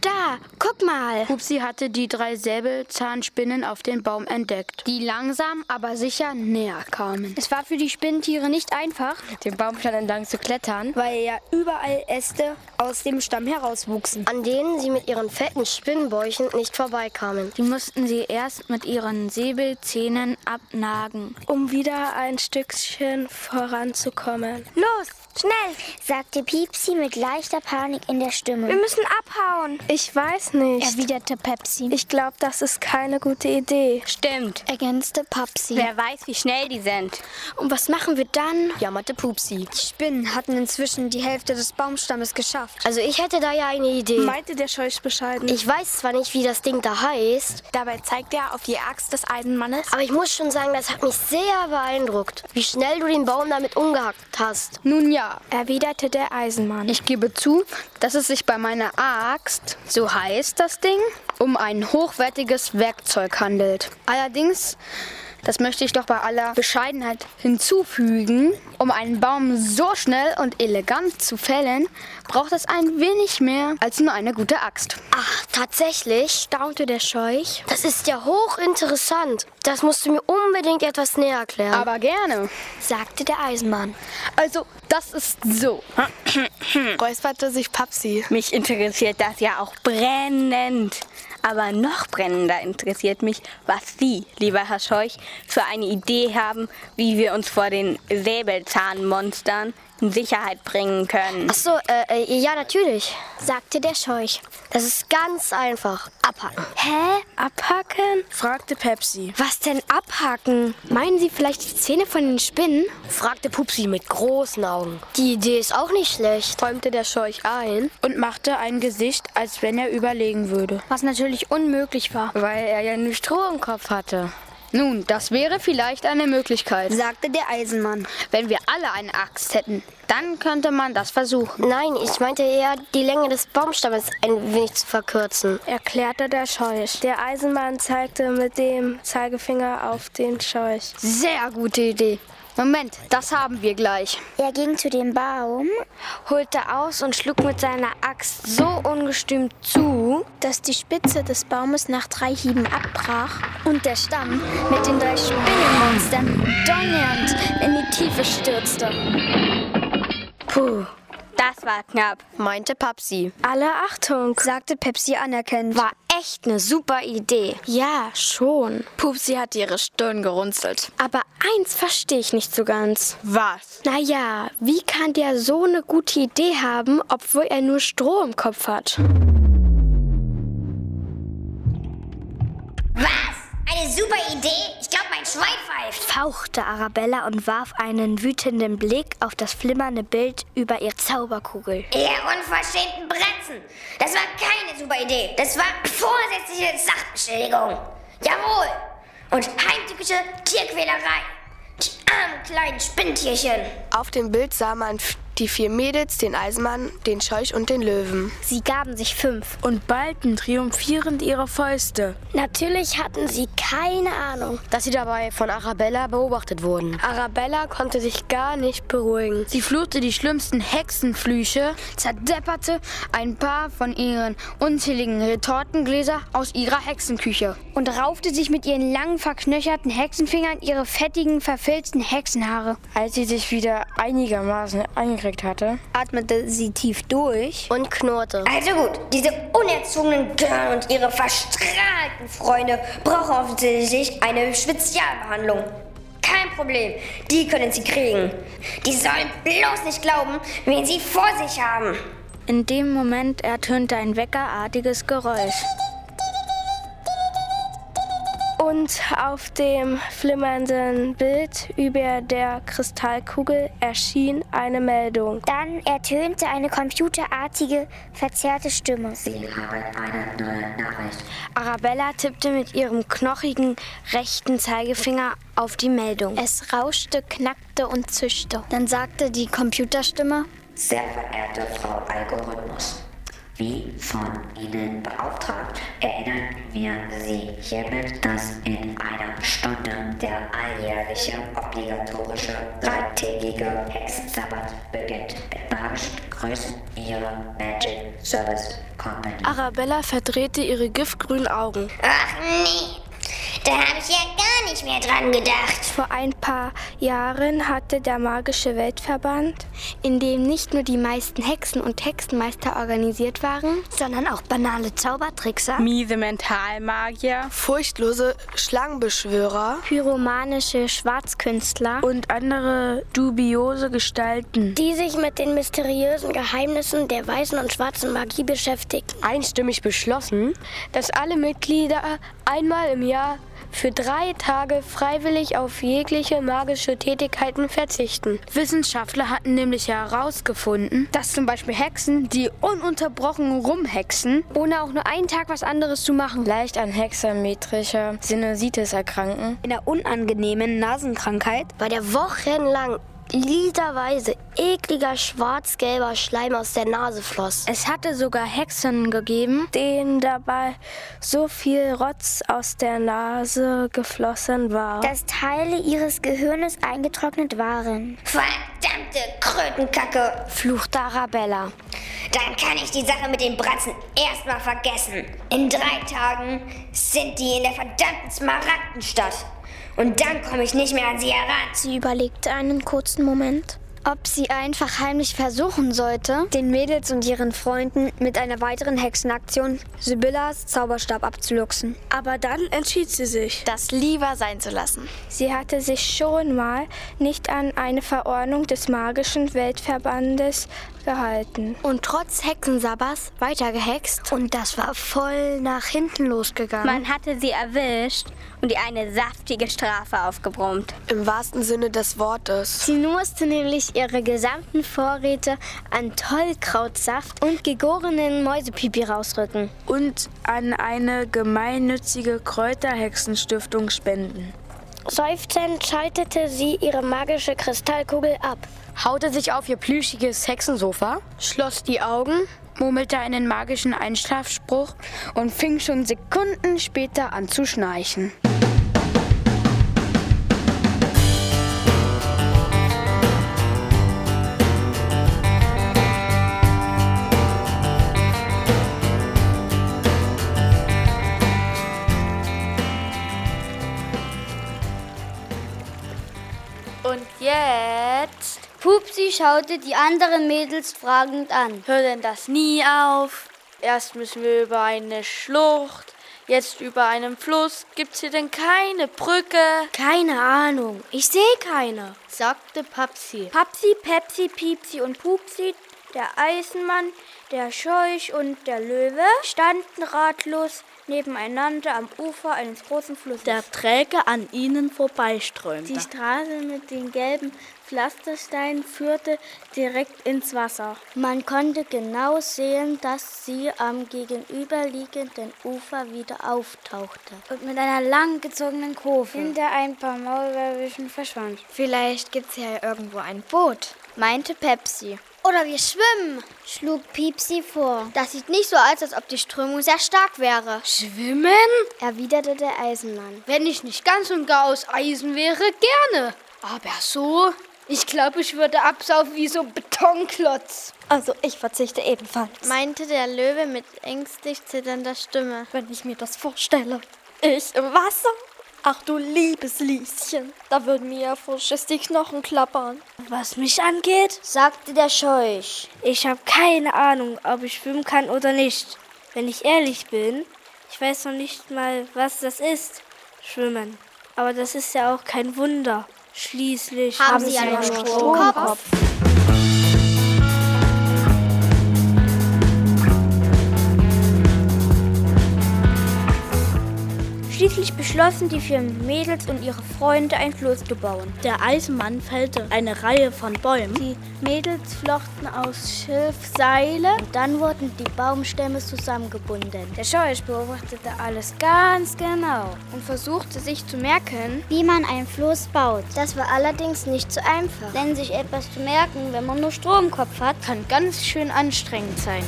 Da, guck mal. Pupsi hatte die drei Säbelzahnspinnen auf den Baum entdeckt, die langsam, aber sicher näher kamen. Es war für die Spinnentiere nicht einfach, den Baumstamm entlang zu klettern, weil ja überall Äste aus dem Stamm herauswuchsen, an denen sie mit ihren fetten Spinnbäuchen nicht vorbeikamen. Die mussten sie erst mit ihren Säbelzähnen abnagen. Um wieder ein Stückchen voranzukommen. Los, schnell, sagte Piepsi mit leichter Panik in der Stimme. Wir Mhm. müssen abhauen. Ich weiß nicht, erwiderte Pepsi. Ich glaube, das ist keine gute Idee. Stimmt, ergänzte Papsi. wer weiß, wie schnell die sind. Und was machen wir dann? Jammerte Pupsi. Die Spinnen hatten inzwischen die Hälfte des Baumstammes geschafft. Also ich hätte da ja eine Idee. meinte der Scheuch bescheiden. Ich weiß zwar nicht, wie das Ding da heißt, Dabei zeigt er auf die Axt des Eisenmannes. aber ich muss schon sagen, das hat mich sehr beeindruckt, wie schnell du den Baum damit umgehackt hast. Nun ja, erwiderte der Eisenmann. ich gebe zu, dass es sich bei meiner Axt, so heißt das Ding, um ein hochwertiges Werkzeug handelt. Allerdings, das möchte ich doch bei aller Bescheidenheit hinzufügen, um einen Baum so schnell und elegant zu fällen, braucht es ein wenig mehr als nur eine gute Axt. Ach, tatsächlich, staunte der Scheuch. Das ist ja hochinteressant. Das musst du mir unbedingt etwas näher erklären. Aber gerne. sagte der Eisenmann. Also, das ist so. Räusperte sich Papsi. Mich interessiert das ja auch brennend. Aber noch brennender interessiert mich, was Sie, lieber Herr Scheuch, für eine Idee haben, wie wir uns vor den Säbelzahnmonstern in Sicherheit bringen können. Ach so, äh, äh, ja, natürlich, sagte der Scheuch. Das ist ganz einfach. Abhaken. Hä? Abhaken? fragte Pepsi. Was denn abhaken? Meinen Sie vielleicht die Zähne von den Spinnen? fragte Pupsi mit großen Augen. Die Idee ist auch nicht schlecht, räumte der Scheuch ein. Und machte ein Gesicht, als wenn er überlegen würde. was natürlich unmöglich war. Weil er ja einen Stroh im Kopf hatte. Nun, das wäre vielleicht eine Möglichkeit, sagte der Eisenmann. Wenn wir alle eine Axt hätten, dann könnte man das versuchen. Nein, ich meinte eher, die Länge des Baumstammes ein wenig zu verkürzen. erklärte der Scheuch. Der Eisenmann zeigte mit dem Zeigefinger auf den Scheuch. Sehr gute Idee. Moment, das haben wir gleich. Er ging zu dem Baum, holte aus und schlug mit seiner Axt so ungestüm zu, dass die Spitze des Baumes nach drei Hieben abbrach und der Stamm mit den drei Spinnenmonstern donnernd in die Tiefe stürzte. Puh, das war knapp. meinte Papsi. Alle Achtung, sagte Pepsi anerkennend. War echt eine super Idee. Ja, schon. Pupsi hat ihre Stirn gerunzelt. Aber eins verstehe ich nicht so ganz. Was? Naja, wie kann der so eine gute Idee haben, obwohl er nur Stroh im Kopf hat? Eine super Idee? Ich glaube, mein Schwein pfeift. fauchte Arabella und warf einen wütenden Blick auf das flimmernde Bild über ihr Zauberkugel. Ihr unverschämten Bratzen! Das war keine super Idee. Das war vorsätzliche Sachbeschädigung. Jawohl! Und heimtückische Tierquälerei. Die armen kleinen Spinntierchen. Auf dem Bild sah man f- die vier Mädels, den Eisenmann, den Scheuch und den Löwen. Sie gaben sich fünf. Und ballten triumphierend ihre Fäuste. Natürlich hatten sie keine Ahnung, dass sie dabei von Arabella beobachtet wurden. Arabella konnte sich gar nicht beruhigen. Sie fluchte die schlimmsten Hexenflüche, zerdepperte ein paar von ihren unzähligen Retortengläser aus ihrer Hexenküche. Und raufte sich mit ihren langen, verknöcherten Hexenfingern ihre fettigen, verfilzten Hexenhaare. Als sie sich wieder einigermaßen eingekriegt hatte, atmete sie tief durch und knurrte. Also gut, diese unerzogenen Girl und ihre verstrahlten Freunde brauchen offensichtlich eine Spezialbehandlung. Kein Problem, die können sie kriegen. Die sollen bloß nicht glauben, wen sie vor sich haben. In dem Moment ertönte ein weckerartiges Geräusch. Und auf dem flimmernden Bild über der Kristallkugel erschien eine Meldung. Dann ertönte eine computerartige, verzerrte Stimme. Arabella tippte mit ihrem knochigen rechten Zeigefinger auf die Meldung. Es rauschte, knackte und zischte. Dann sagte die Computerstimme, Sehr verehrte Frau Algorithmus, wie von Ihnen beauftragt, erinnern wir Sie hiermit, dass in einer Stunde der alljährliche obligatorische dreitägige Hexensabbat beginnt. Beherrscht grüßen Ihre Magic Service Company. Arabella verdrehte ihre giftgrünen Augen. Ach nee, da habe ich ja gar nicht mehr dran gedacht. Vor ein paar Jahren hatte der Magische Weltverband, in dem nicht nur die meisten Hexen und Hexenmeister organisiert waren, sondern auch banale Zaubertrickser, Miese Mentalmagier. Furchtlose Schlangenbeschwörer. pyromanische Schwarzkünstler Und andere dubiose Gestalten. die sich mit den mysteriösen Geheimnissen der weißen und schwarzen Magie beschäftigt. Einstimmig beschlossen, dass alle Mitglieder einmal im Jahr für drei Tage freiwillig auf jegliche magische Tätigkeiten verzichten. Wissenschaftler hatten nämlich herausgefunden, Dass zum Beispiel Hexen, die ununterbrochen rumhexen, ohne auch nur einen Tag was anderes zu machen, leicht an hexametrischer Sinusitis erkranken. einer unangenehmen Nasenkrankheit. Bei der wochenlang literweise ekliger schwarz-gelber Schleim aus der Nase floss. Es hatte sogar Hexen gegeben, denen dabei so viel Rotz aus der Nase geflossen war. dass Teile ihres Gehirnes eingetrocknet waren. Verdammte Krötenkacke. fluchte Arabella. Dann kann ich die Sache mit den Bratzen erstmal vergessen. In drei Tagen sind die in der verdammten Smaragdenstadt. Und dann komme ich nicht mehr an sie heran. Sie überlegte einen kurzen Moment. ob sie einfach heimlich versuchen sollte, den Mädels und ihren Freunden mit einer weiteren Hexenaktion Sibyllas Zauberstab abzuluxen. Aber dann entschied sie sich, das lieber sein zu lassen. Sie hatte sich schon mal nicht an eine Verordnung des magischen Weltverbandes gehalten. Und trotz Hexensabbas weitergehext. Und das war voll nach hinten losgegangen. Man hatte sie erwischt und ihr eine saftige Strafe aufgebrummt. Im wahrsten Sinne des Wortes. Sie musste nämlich ihre gesamten Vorräte an Tollkrautsaft und gegorenen Mäusepipi rausrücken. Und an eine gemeinnützige Kräuterhexenstiftung spenden. Seufzend schaltete sie ihre magische Kristallkugel ab. haute sich auf ihr plüschiges Hexensofa, schloss die Augen, murmelte einen magischen Einschlafspruch und fing schon Sekunden später an zu schnarchen. Und jetzt? Pupsi schaute die anderen Mädels fragend an. Hört denn das nie auf? Erst müssen wir über eine Schlucht, jetzt über einen Fluss. Gibt's hier denn keine Brücke? Keine Ahnung, ich sehe keine, sagte Papsi. Papsi, Pepsi, Piepsi und Pupsi, der Eisenmann, der Scheuch und der Löwe standen ratlos nebeneinander am Ufer eines großen Flusses. Der Träger an ihnen vorbeiströmte. Die Straße mit den gelben Pflastersteinen führte direkt ins Wasser. Man konnte genau sehen, dass sie am gegenüberliegenden Ufer wieder auftauchte. Und mit einer langgezogenen Kurve hinter ein paar Maulwerwischen verschwand. Vielleicht gibt's ja irgendwo ein Boot, meinte Pepsi. Oder wir schwimmen, schlug Piepsi vor. Das sieht nicht so aus, als ob die Strömung sehr stark wäre. Schwimmen? erwiderte der Eisenmann. Wenn ich nicht ganz und gar aus Eisen wäre, gerne. Aber so? Ich glaube, ich würde absaufen wie so ein Betonklotz. Also ich verzichte ebenfalls, meinte der Löwe mit ängstlich zitternder Stimme. wenn ich mir das vorstelle. Ich im Wasser? Ach du liebes Lieschen, da würden mir ja frisches die Knochen klappern. Was mich angeht, sagte der Scheuch, ich habe keine Ahnung, ob ich schwimmen kann oder nicht. Wenn ich ehrlich bin, ich weiß noch nicht mal, was das ist, schwimmen. Aber das ist ja auch kein Wunder. Schließlich Haben Sie einen Stromkopf? Schließlich beschlossen die vier Mädels und ihre Freunde, ein Floß zu bauen. Der Eisenmann fällte eine Reihe von Bäumen. Die Mädels flochten aus Schilfseile und dann wurden die Baumstämme zusammengebunden. Der Scheusch beobachtete alles ganz genau und versuchte sich zu merken, Wie man ein Floß baut. Das war allerdings nicht so einfach. Denn sich etwas zu merken, wenn man nur Stromkopf hat, kann ganz schön anstrengend sein.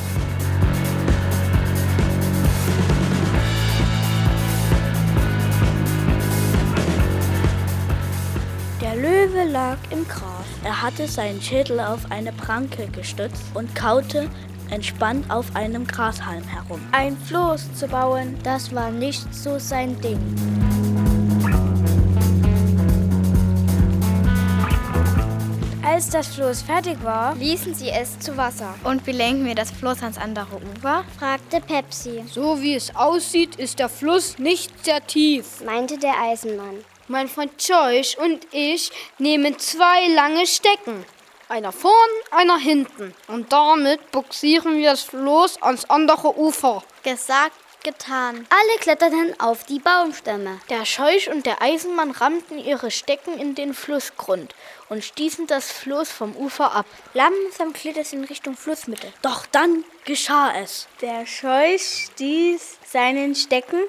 Der Löwe lag im Gras. Er hatte seinen Schädel auf eine Pranke gestützt und kaute entspannt auf einem Grashalm herum. Ein Floß zu bauen, das war nicht so sein Ding. Als das Floß fertig war, ließen sie es zu Wasser. Und wie lenken wir das Floß ans andere Ufer? fragte Pepsi. So wie es aussieht, ist der Fluss nicht sehr tief, meinte der Eisenmann. Mein Freund Joyce und ich nehmen zwei lange Stecken. Einer vorn, einer hinten. Und damit buxieren wir das Floß ans andere Ufer. Gesagt, getan. Alle kletterten auf die Baumstämme. Der Scheuch und der Eisenmann rammten ihre Stecken in den Flussgrund und stießen das Floß vom Ufer ab. Langsam glitt es in Richtung Flussmitte. Doch dann geschah es. Der Scheuch stieß seinen Stecken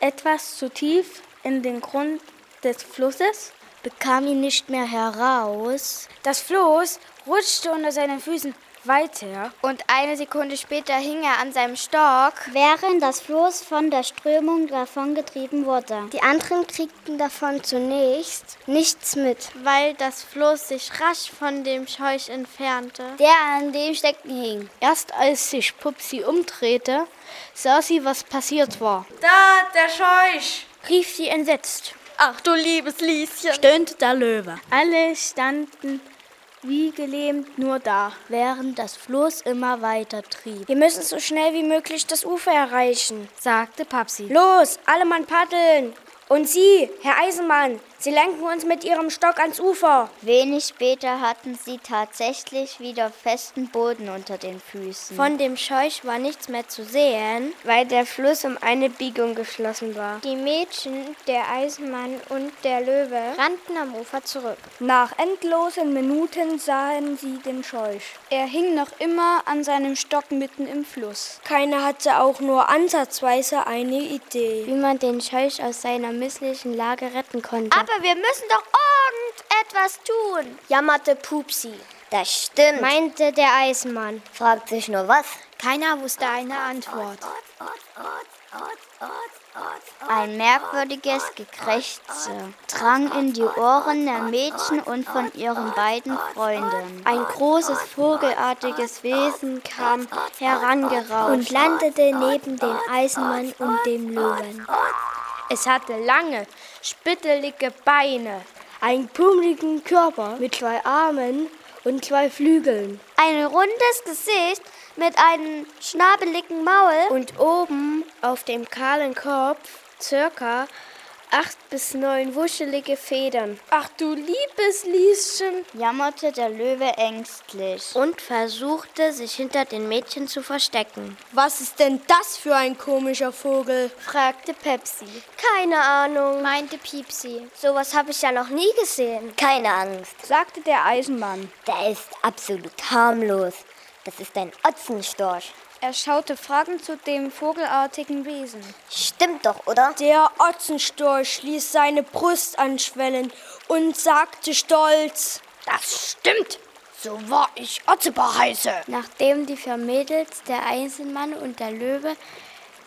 etwas zu tief in den Grund des Flusses, bekam ihn nicht mehr heraus. Das Floß rutschte unter seinen Füßen weiter. Und eine Sekunde später hing er an seinem Stock. Während das Floß von der Strömung davongetrieben wurde. Die anderen kriegten davon zunächst nichts mit, weil das Floß sich rasch von dem Scheuch entfernte, der an dem Stecken hing. Erst als sich Pupsi umdrehte, sah sie, was passiert war. Da, der Scheuch! rief sie entsetzt. Ach du liebes Lieschen! stöhnte der Löwe. Alle standen wie gelähmt nur da, während das Floß immer weiter trieb. Wir müssen so schnell wie möglich das Ufer erreichen, sagte Papsi. Los, alle Mann paddeln! Und Sie, Herr Eisenmann, Sie lenken uns mit Ihrem Stock ans Ufer. Wenig später hatten sie tatsächlich wieder festen Boden unter den Füßen. Von dem Scheuch war nichts mehr zu sehen, weil der Fluss um eine Biegung geschlossen war. Die Mädchen, der Eisenmann und der Löwe rannten am Ufer zurück. Nach endlosen Minuten sahen sie den Scheuch. Er hing noch immer an seinem Stock mitten im Fluss. Keiner hatte auch nur ansatzweise eine Idee. Wie man den Scheuch aus seiner misslichen Lage retten konnte. Aber Aber wir müssen doch irgendetwas tun, jammerte Pupsi. Das stimmt, meinte der Eismann. fragt sich nur was. Keiner wusste eine Antwort. Ein merkwürdiges Gekrächze drang in die Ohren der Mädchen und von ihren beiden Freunden. Ein großes vogelartiges Wesen kam herangerauscht Und landete neben dem Eisenmann und dem Löwen. Es hatte lange, spittelige Beine, einen pummeligen Körper mit zwei Armen und zwei Flügeln. Ein rundes Gesicht mit einem schnabeligen Maul Und oben auf dem kahlen Kopf circa acht bis neun wuschelige Federn. Ach du liebes Lieschen! jammerte der Löwe ängstlich und versuchte, sich hinter den Mädchen zu verstecken. Was ist denn das für ein komischer Vogel? fragte Pepsi. Keine Ahnung, meinte Piepsi. Sowas habe ich ja noch nie gesehen. Keine Angst, sagte der Eisenmann. der ist absolut harmlos. Das ist ein Otzenstorch. Er schaute fragend zu dem vogelartigen Wesen. Stimmt doch, oder? Der Otzenstorch ließ seine Brust anschwellen und sagte stolz: Das stimmt! So wahr ich Otzebär heiße! Nachdem die vier Mädels, der Eisenmann und der Löwe,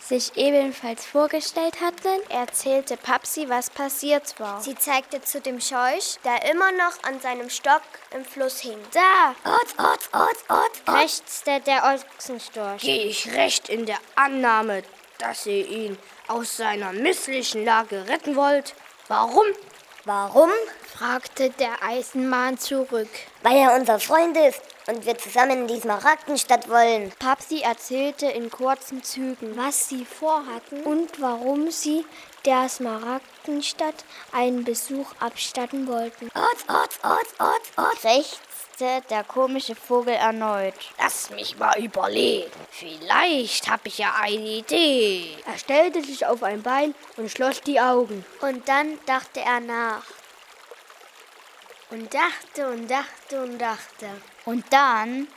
sich ebenfalls vorgestellt hatten, erzählte Papsi, was passiert war. Sie zeigte zu dem Scheuch, der immer noch an seinem Stock im Fluss hing. Da! Otz, Otz, Otz, Otz, krächzte der Ochsenstorch. Gehe ich recht in der Annahme, dass ihr ihn aus seiner misslichen Lage retten wollt? Warum? Warum? fragte der Eisenmann zurück. Weil er unser Freund ist und wir zusammen in die Smaragdenstadt wollen. Papsi erzählte in kurzen Zügen, was sie vorhatten und warum sie der Smaragdenstadt einen Besuch abstatten wollten. Otz, Otz, Otz, Otz, Otz, krächzte der komische Vogel erneut. Lass mich mal überlegen. Vielleicht habe ich ja eine Idee. Er stellte sich auf ein Bein und schloss die Augen. Und dann dachte er nach. Und dachte und dachte und dachte. Und dann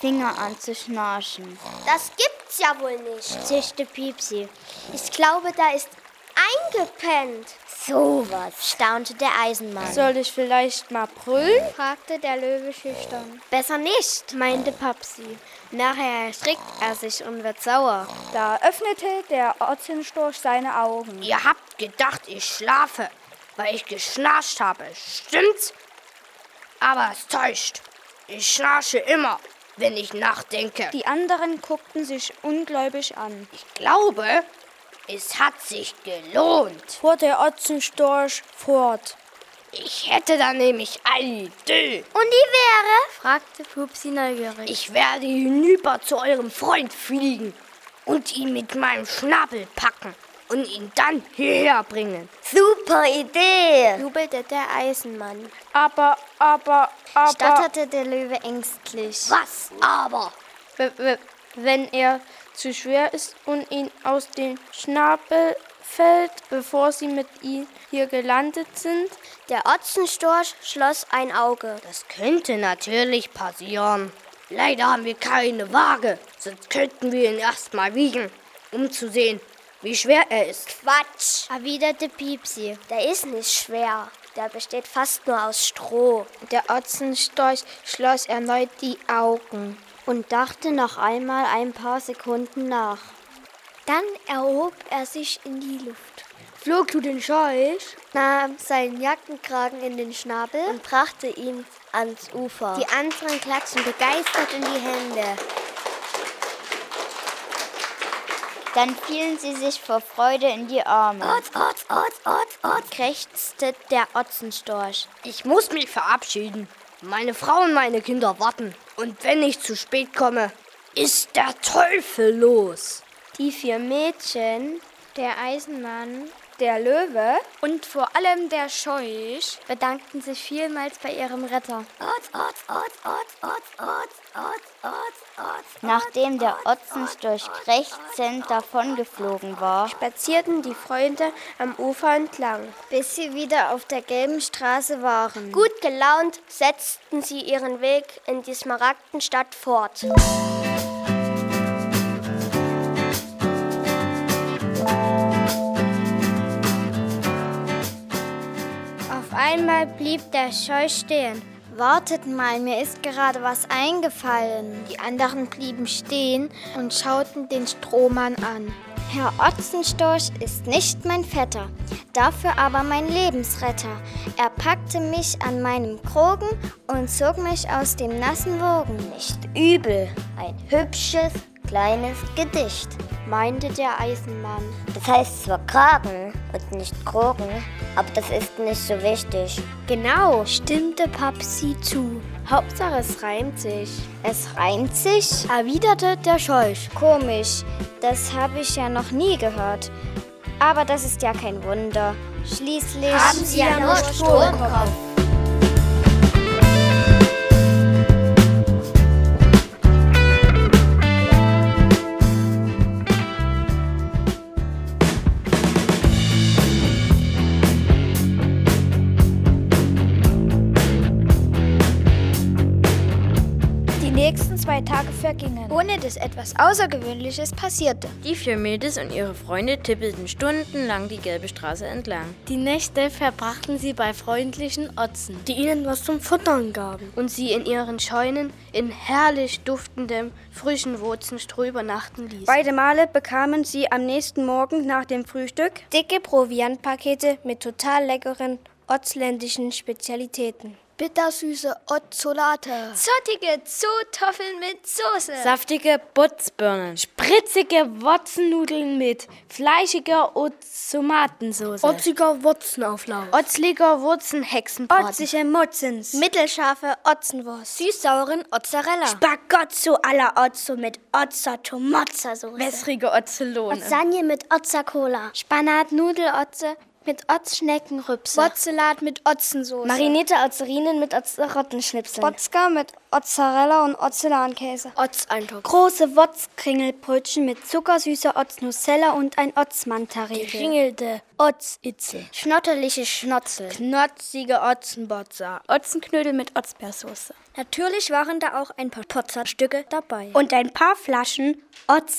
fing er an zu schnarchen. Das gibt's ja wohl nicht, zischte Piepsi. Ich glaube, da ist eingepennt. So was. staunte der Eisenmann. Soll ich vielleicht mal brüllen? fragte der Löwe schüchtern. Besser nicht, meinte Papsi. Nachher erschrickt er sich und wird sauer. Da öffnete der Otzenstorch seine Augen. Ihr habt gedacht, ich schlafe, weil ich geschnarcht habe. Stimmt's? Aber es täuscht. Ich schnarche immer, wenn ich nachdenke. Die anderen guckten sich ungläubig an. Ich glaube, es hat sich gelohnt. fuhr der Otzenstorch fort. Ich hätte da nämlich eine Idee. Und die wäre? fragte Pupsi neugierig. Ich werde hinüber zu eurem Freund fliegen und ihn mit meinem Schnabel packen und ihn dann hierher bringen. Super Idee! jubelte der Eisenmann. Aber, aber, aber. Stotterte der Löwe ängstlich. Was aber? W- w- Wenn er zu schwer ist und ihn aus dem Schnabel fällt, bevor sie mit ihm hier gelandet sind. Der Otzenstorch schloss ein Auge. Das könnte natürlich passieren. Leider haben wir keine Waage, sonst könnten wir ihn erstmal wiegen, um zu sehen, wie schwer er ist. Quatsch, erwiderte Piepsi. Der ist nicht schwer. Der besteht fast nur aus Stroh. Der Otzenstorch schloss erneut die Augen und dachte noch einmal ein paar Sekunden nach. Dann erhob er sich in die Luft, flog zu den Scheuch, nahm seinen Jackenkragen in den Schnabel und brachte ihn ans Ufer. Die anderen klatschen begeistert in die Hände. Dann fielen sie sich vor Freude in die Arme. Otz, Otz, Otz, Otz, Otz, krächzte der Otzenstorch. Ich muss mich verabschieden. Meine Frau und meine Kinder warten. Und wenn ich zu spät komme, ist der Teufel los. Die vier Mädchen, der Eisenmann, der Löwe und vor allem der Scheuch bedankten sich vielmals bei ihrem Retter. Otz, Otz, Otz, Otz, Otz, Otz, Otz, Otz, Otz. Nachdem der Otzenstorch krächzend davongeflogen war, spazierten die Freunde am Ufer entlang, bis sie wieder auf der gelben Straße waren. Gut gelaunt setzten sie ihren Weg in die Smaragdenstadt fort. blieb der Scheu stehen. Wartet mal, mir ist gerade was eingefallen. Die anderen blieben stehen und schauten den Strohmann an. Herr Otzenstorch ist nicht mein Vetter, dafür aber mein Lebensretter. Er packte mich an meinem Krogen und zog mich aus dem nassen Wogen. Nicht Übel, ein hübsches, kleines Gedicht. meinte der Eisenmann. Das heißt zwar Kragen und nicht Krogen, aber das ist nicht so wichtig. Genau, stimmte Papsi zu. Hauptsache es reimt sich. Es reimt sich? erwiderte der Scheuch. Komisch, das habe ich ja noch nie gehört. Aber das ist ja kein Wunder. Schließlich Haben Sie ja nur Stroh im Kopf. Die nächsten zwei Tage vergingen, ohne dass etwas Außergewöhnliches passierte. Die vier Mädels und ihre Freunde tippelten stundenlang die gelbe Straße entlang. Die Nächte verbrachten sie bei freundlichen Otzen, die ihnen was zum Futtern gaben und sie in ihren Scheunen in herrlich duftendem, frischen Wurzenstreu übernachten ließen. Beide Male bekamen sie am nächsten Morgen nach dem Frühstück dicke Proviantpakete mit total leckeren ortsländischen Spezialitäten. Bittersüße Ozzolate. Zottige Zotoffeln mit Soße. Saftige Butzbirnen, spritzige Wotzennudeln mit fleischiger Ozomatensoße, Otziger Wurzenauflauf. otzliger Wurzenhexenbraten, Otzige Mutzens. Mittelscharfe Otzenwurst. Süß-sauren Ozzarella. Spagozzo alla Ozzo mit Ozzer Tomozza-Soße. wässrige Ozelone. Lasagne mit Ozzer-Cola. Spanat-Nudel-Otze mit Otzschneckenrübse. Botzelat mit Otzensoße. Marinierte Ozerinen mit Ozerottenschnipseln. Botzka mit Ozzarella und Ozzellankäse. Otzeintopf. Große Wotzkringelbrötchen mit zuckersüßer Otznussella und ein Otzmantarige. Geringelte Otzitzel. Schnotterliche Schnotzel. Knotzige Otzenbotzer. Otzenknödel mit Otzbeersoße. Natürlich waren da auch ein paar Potzerstücke dabei. Und ein paar Flaschen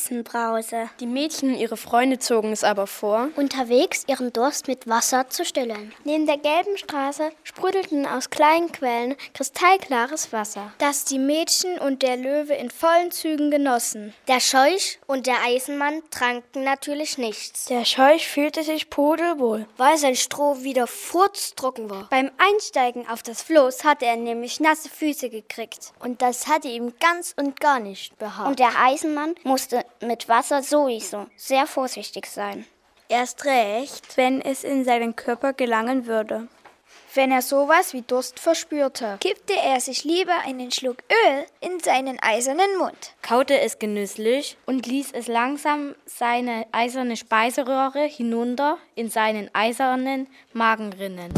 Otzenbrause. Die Mädchen und ihre Freunde zogen es aber vor, Unterwegs ihren Durst mit Wasser zu stillen. Neben der gelben Straße sprudelten aus kleinen Quellen kristallklares Wasser, das die Mädchen und der Löwe in vollen Zügen genossen. Der Scheuch und der Eisenmann tranken natürlich nichts. Der Scheuch fühlte sich pudelwohl, weil sein Stroh wieder furztrocken war. Beim Einsteigen auf das Floß hatte er nämlich nasse Füße gekriegt. Und das hatte ihm ganz und gar nicht behagt. Und der Eisenmann musste mit Wasser sowieso sehr vorsichtig sein. Erst recht, wenn es in seinen Körper gelangen würde. Wenn er sowas wie Durst verspürte, kippte er sich lieber einen Schluck Öl in seinen eisernen Mund. kaute es genüsslich und ließ es langsam seine eiserne Speiseröhre hinunter in seinen eisernen Magen rinnen.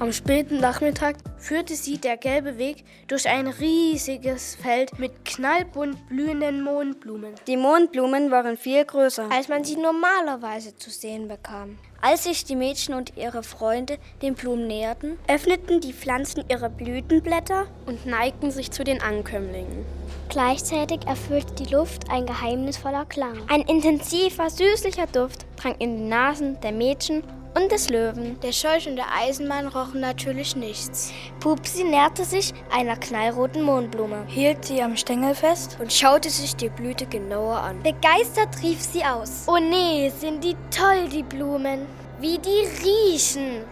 Am späten Nachmittag führte sie der gelbe Weg durch ein riesiges Feld mit knallbunt blühenden Mohnblumen. Die Mondblumen waren viel größer. als man sie normalerweise zu sehen bekam. Als sich die Mädchen und ihre Freunde den Blumen näherten, öffneten die Pflanzen ihre Blütenblätter und neigten sich zu den Ankömmlingen. Gleichzeitig erfüllte die Luft ein geheimnisvoller Klang. Ein intensiver, süßlicher Duft drang in die Nasen der Mädchen und des Löwen. Der Scheuch und der Eisenmann rochen natürlich nichts. Pupsi näherte sich einer knallroten Mohnblume, hielt sie am Stängel fest und schaute sich die Blüte genauer an. Begeistert rief sie aus. Oh nee, sind die toll, die Blumen. Wie die riechen.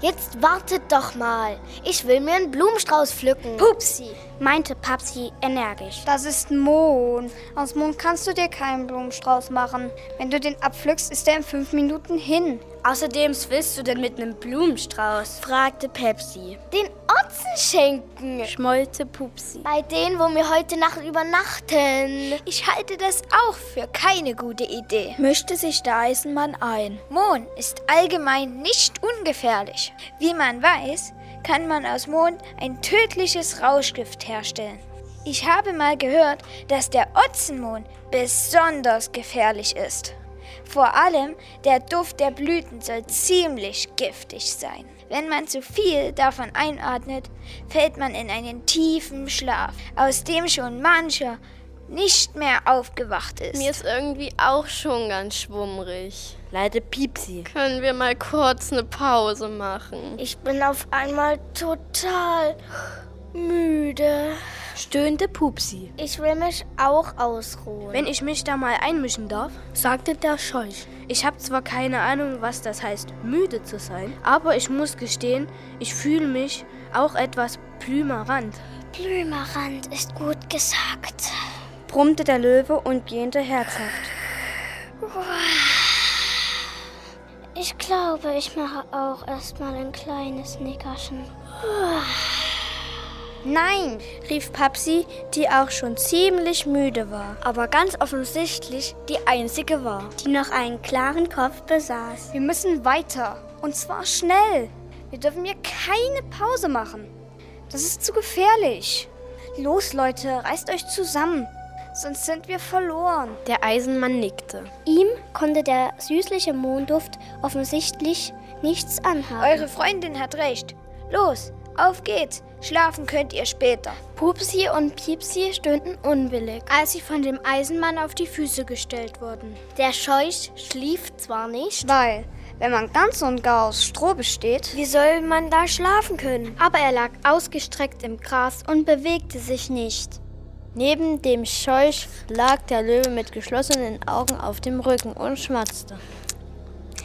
Jetzt wartet doch mal. Ich will mir einen Blumenstrauß pflücken. Pupsi, meinte Papsi energisch. Das ist Mohn. Aus Mohn kannst du dir keinen Blumenstrauß machen. Wenn du den abpflückst, ist er in fünf Minuten hin. Außerdem, was willst du denn mit einem Blumenstrauß? fragte Pepsi. Den Otzen schenken, schmollte Pupsi. Bei denen, wo wir heute Nacht übernachten. Ich halte das auch für keine gute Idee, mischte sich der Eisenmann ein. Mohn ist allgemein nicht ungefährlich. Wie man weiß, kann man aus Mohn ein tödliches Rauschgift herstellen. Ich habe mal gehört, dass der Otzenmohn besonders gefährlich ist. Vor allem der Duft der Blüten soll ziemlich giftig sein. Wenn man zu viel davon einatmet, fällt man in einen tiefen Schlaf, aus dem schon mancher nicht mehr aufgewacht ist. Mir ist irgendwie auch schon ganz schwummrig. Leider Piepsi. Können wir mal kurz eine Pause machen? Ich bin auf einmal total müde. Stöhnte Pupsi. Ich will mich auch ausruhen. Wenn ich mich da mal einmischen darf, sagte der Scheuch. Ich habe zwar keine Ahnung, was das heißt, müde zu sein, aber ich muss gestehen, ich fühle mich auch etwas plümerant. Blümerand ist gut gesagt. brummte der Löwe und gähnte herzhaft. Ich glaube, ich mache auch erstmal ein kleines Nickerchen. Nein, rief Papsi, die auch schon ziemlich müde war, aber ganz offensichtlich die einzige war, die noch einen klaren Kopf besaß. Wir müssen weiter, und zwar schnell. Wir dürfen hier keine Pause machen. Das ist zu gefährlich. Los, Leute, reißt euch zusammen, sonst sind wir verloren. Der Eisenmann nickte. Ihm konnte der süßliche Mondduft offensichtlich nichts anhaben. Eure Freundin hat recht. Los, auf geht's. Schlafen könnt ihr später. Pupsi und Piepsi stöhnten unwillig, als sie von dem Eisenmann auf die Füße gestellt wurden. Der Scheuch schlief zwar nicht, weil, wenn man ganz und gar aus Stroh besteht, wie soll man da schlafen können? Aber er lag ausgestreckt im Gras und bewegte sich nicht. Neben dem Scheuch lag der Löwe mit geschlossenen Augen auf dem Rücken und schmatzte.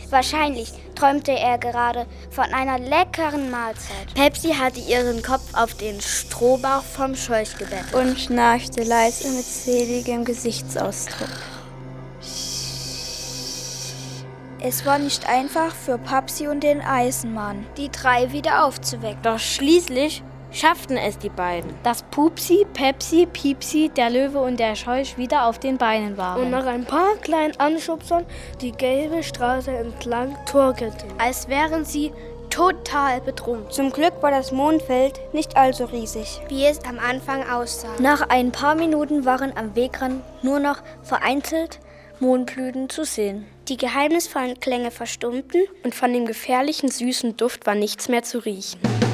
Wahrscheinlich träumte er gerade von einer leckeren Mahlzeit. Pepsi hatte ihren Kopf auf den Strohbauch vom Scheuch gebettet. und schnarchte leise mit seligem Gesichtsausdruck. Es war nicht einfach für Papsi und den Eisenmann, die drei wieder aufzuwecken. Doch schließlich schafften es die beiden. dass Pupsi, Pepsi, Piepsi, der Löwe und der Scheusch wieder auf den Beinen waren. Und nach ein paar kleinen Anschubsern Die gelbe Straße entlang torkelte. Als wären sie total betrunken. Zum Glück war das Mondfeld nicht allzu riesig, wie es am Anfang aussah. Nach ein paar Minuten waren am Wegrand nur noch vereinzelt Mohnblüten zu sehen. Die geheimnisvollen Klänge verstummten und von dem gefährlichen süßen Duft war nichts mehr zu riechen.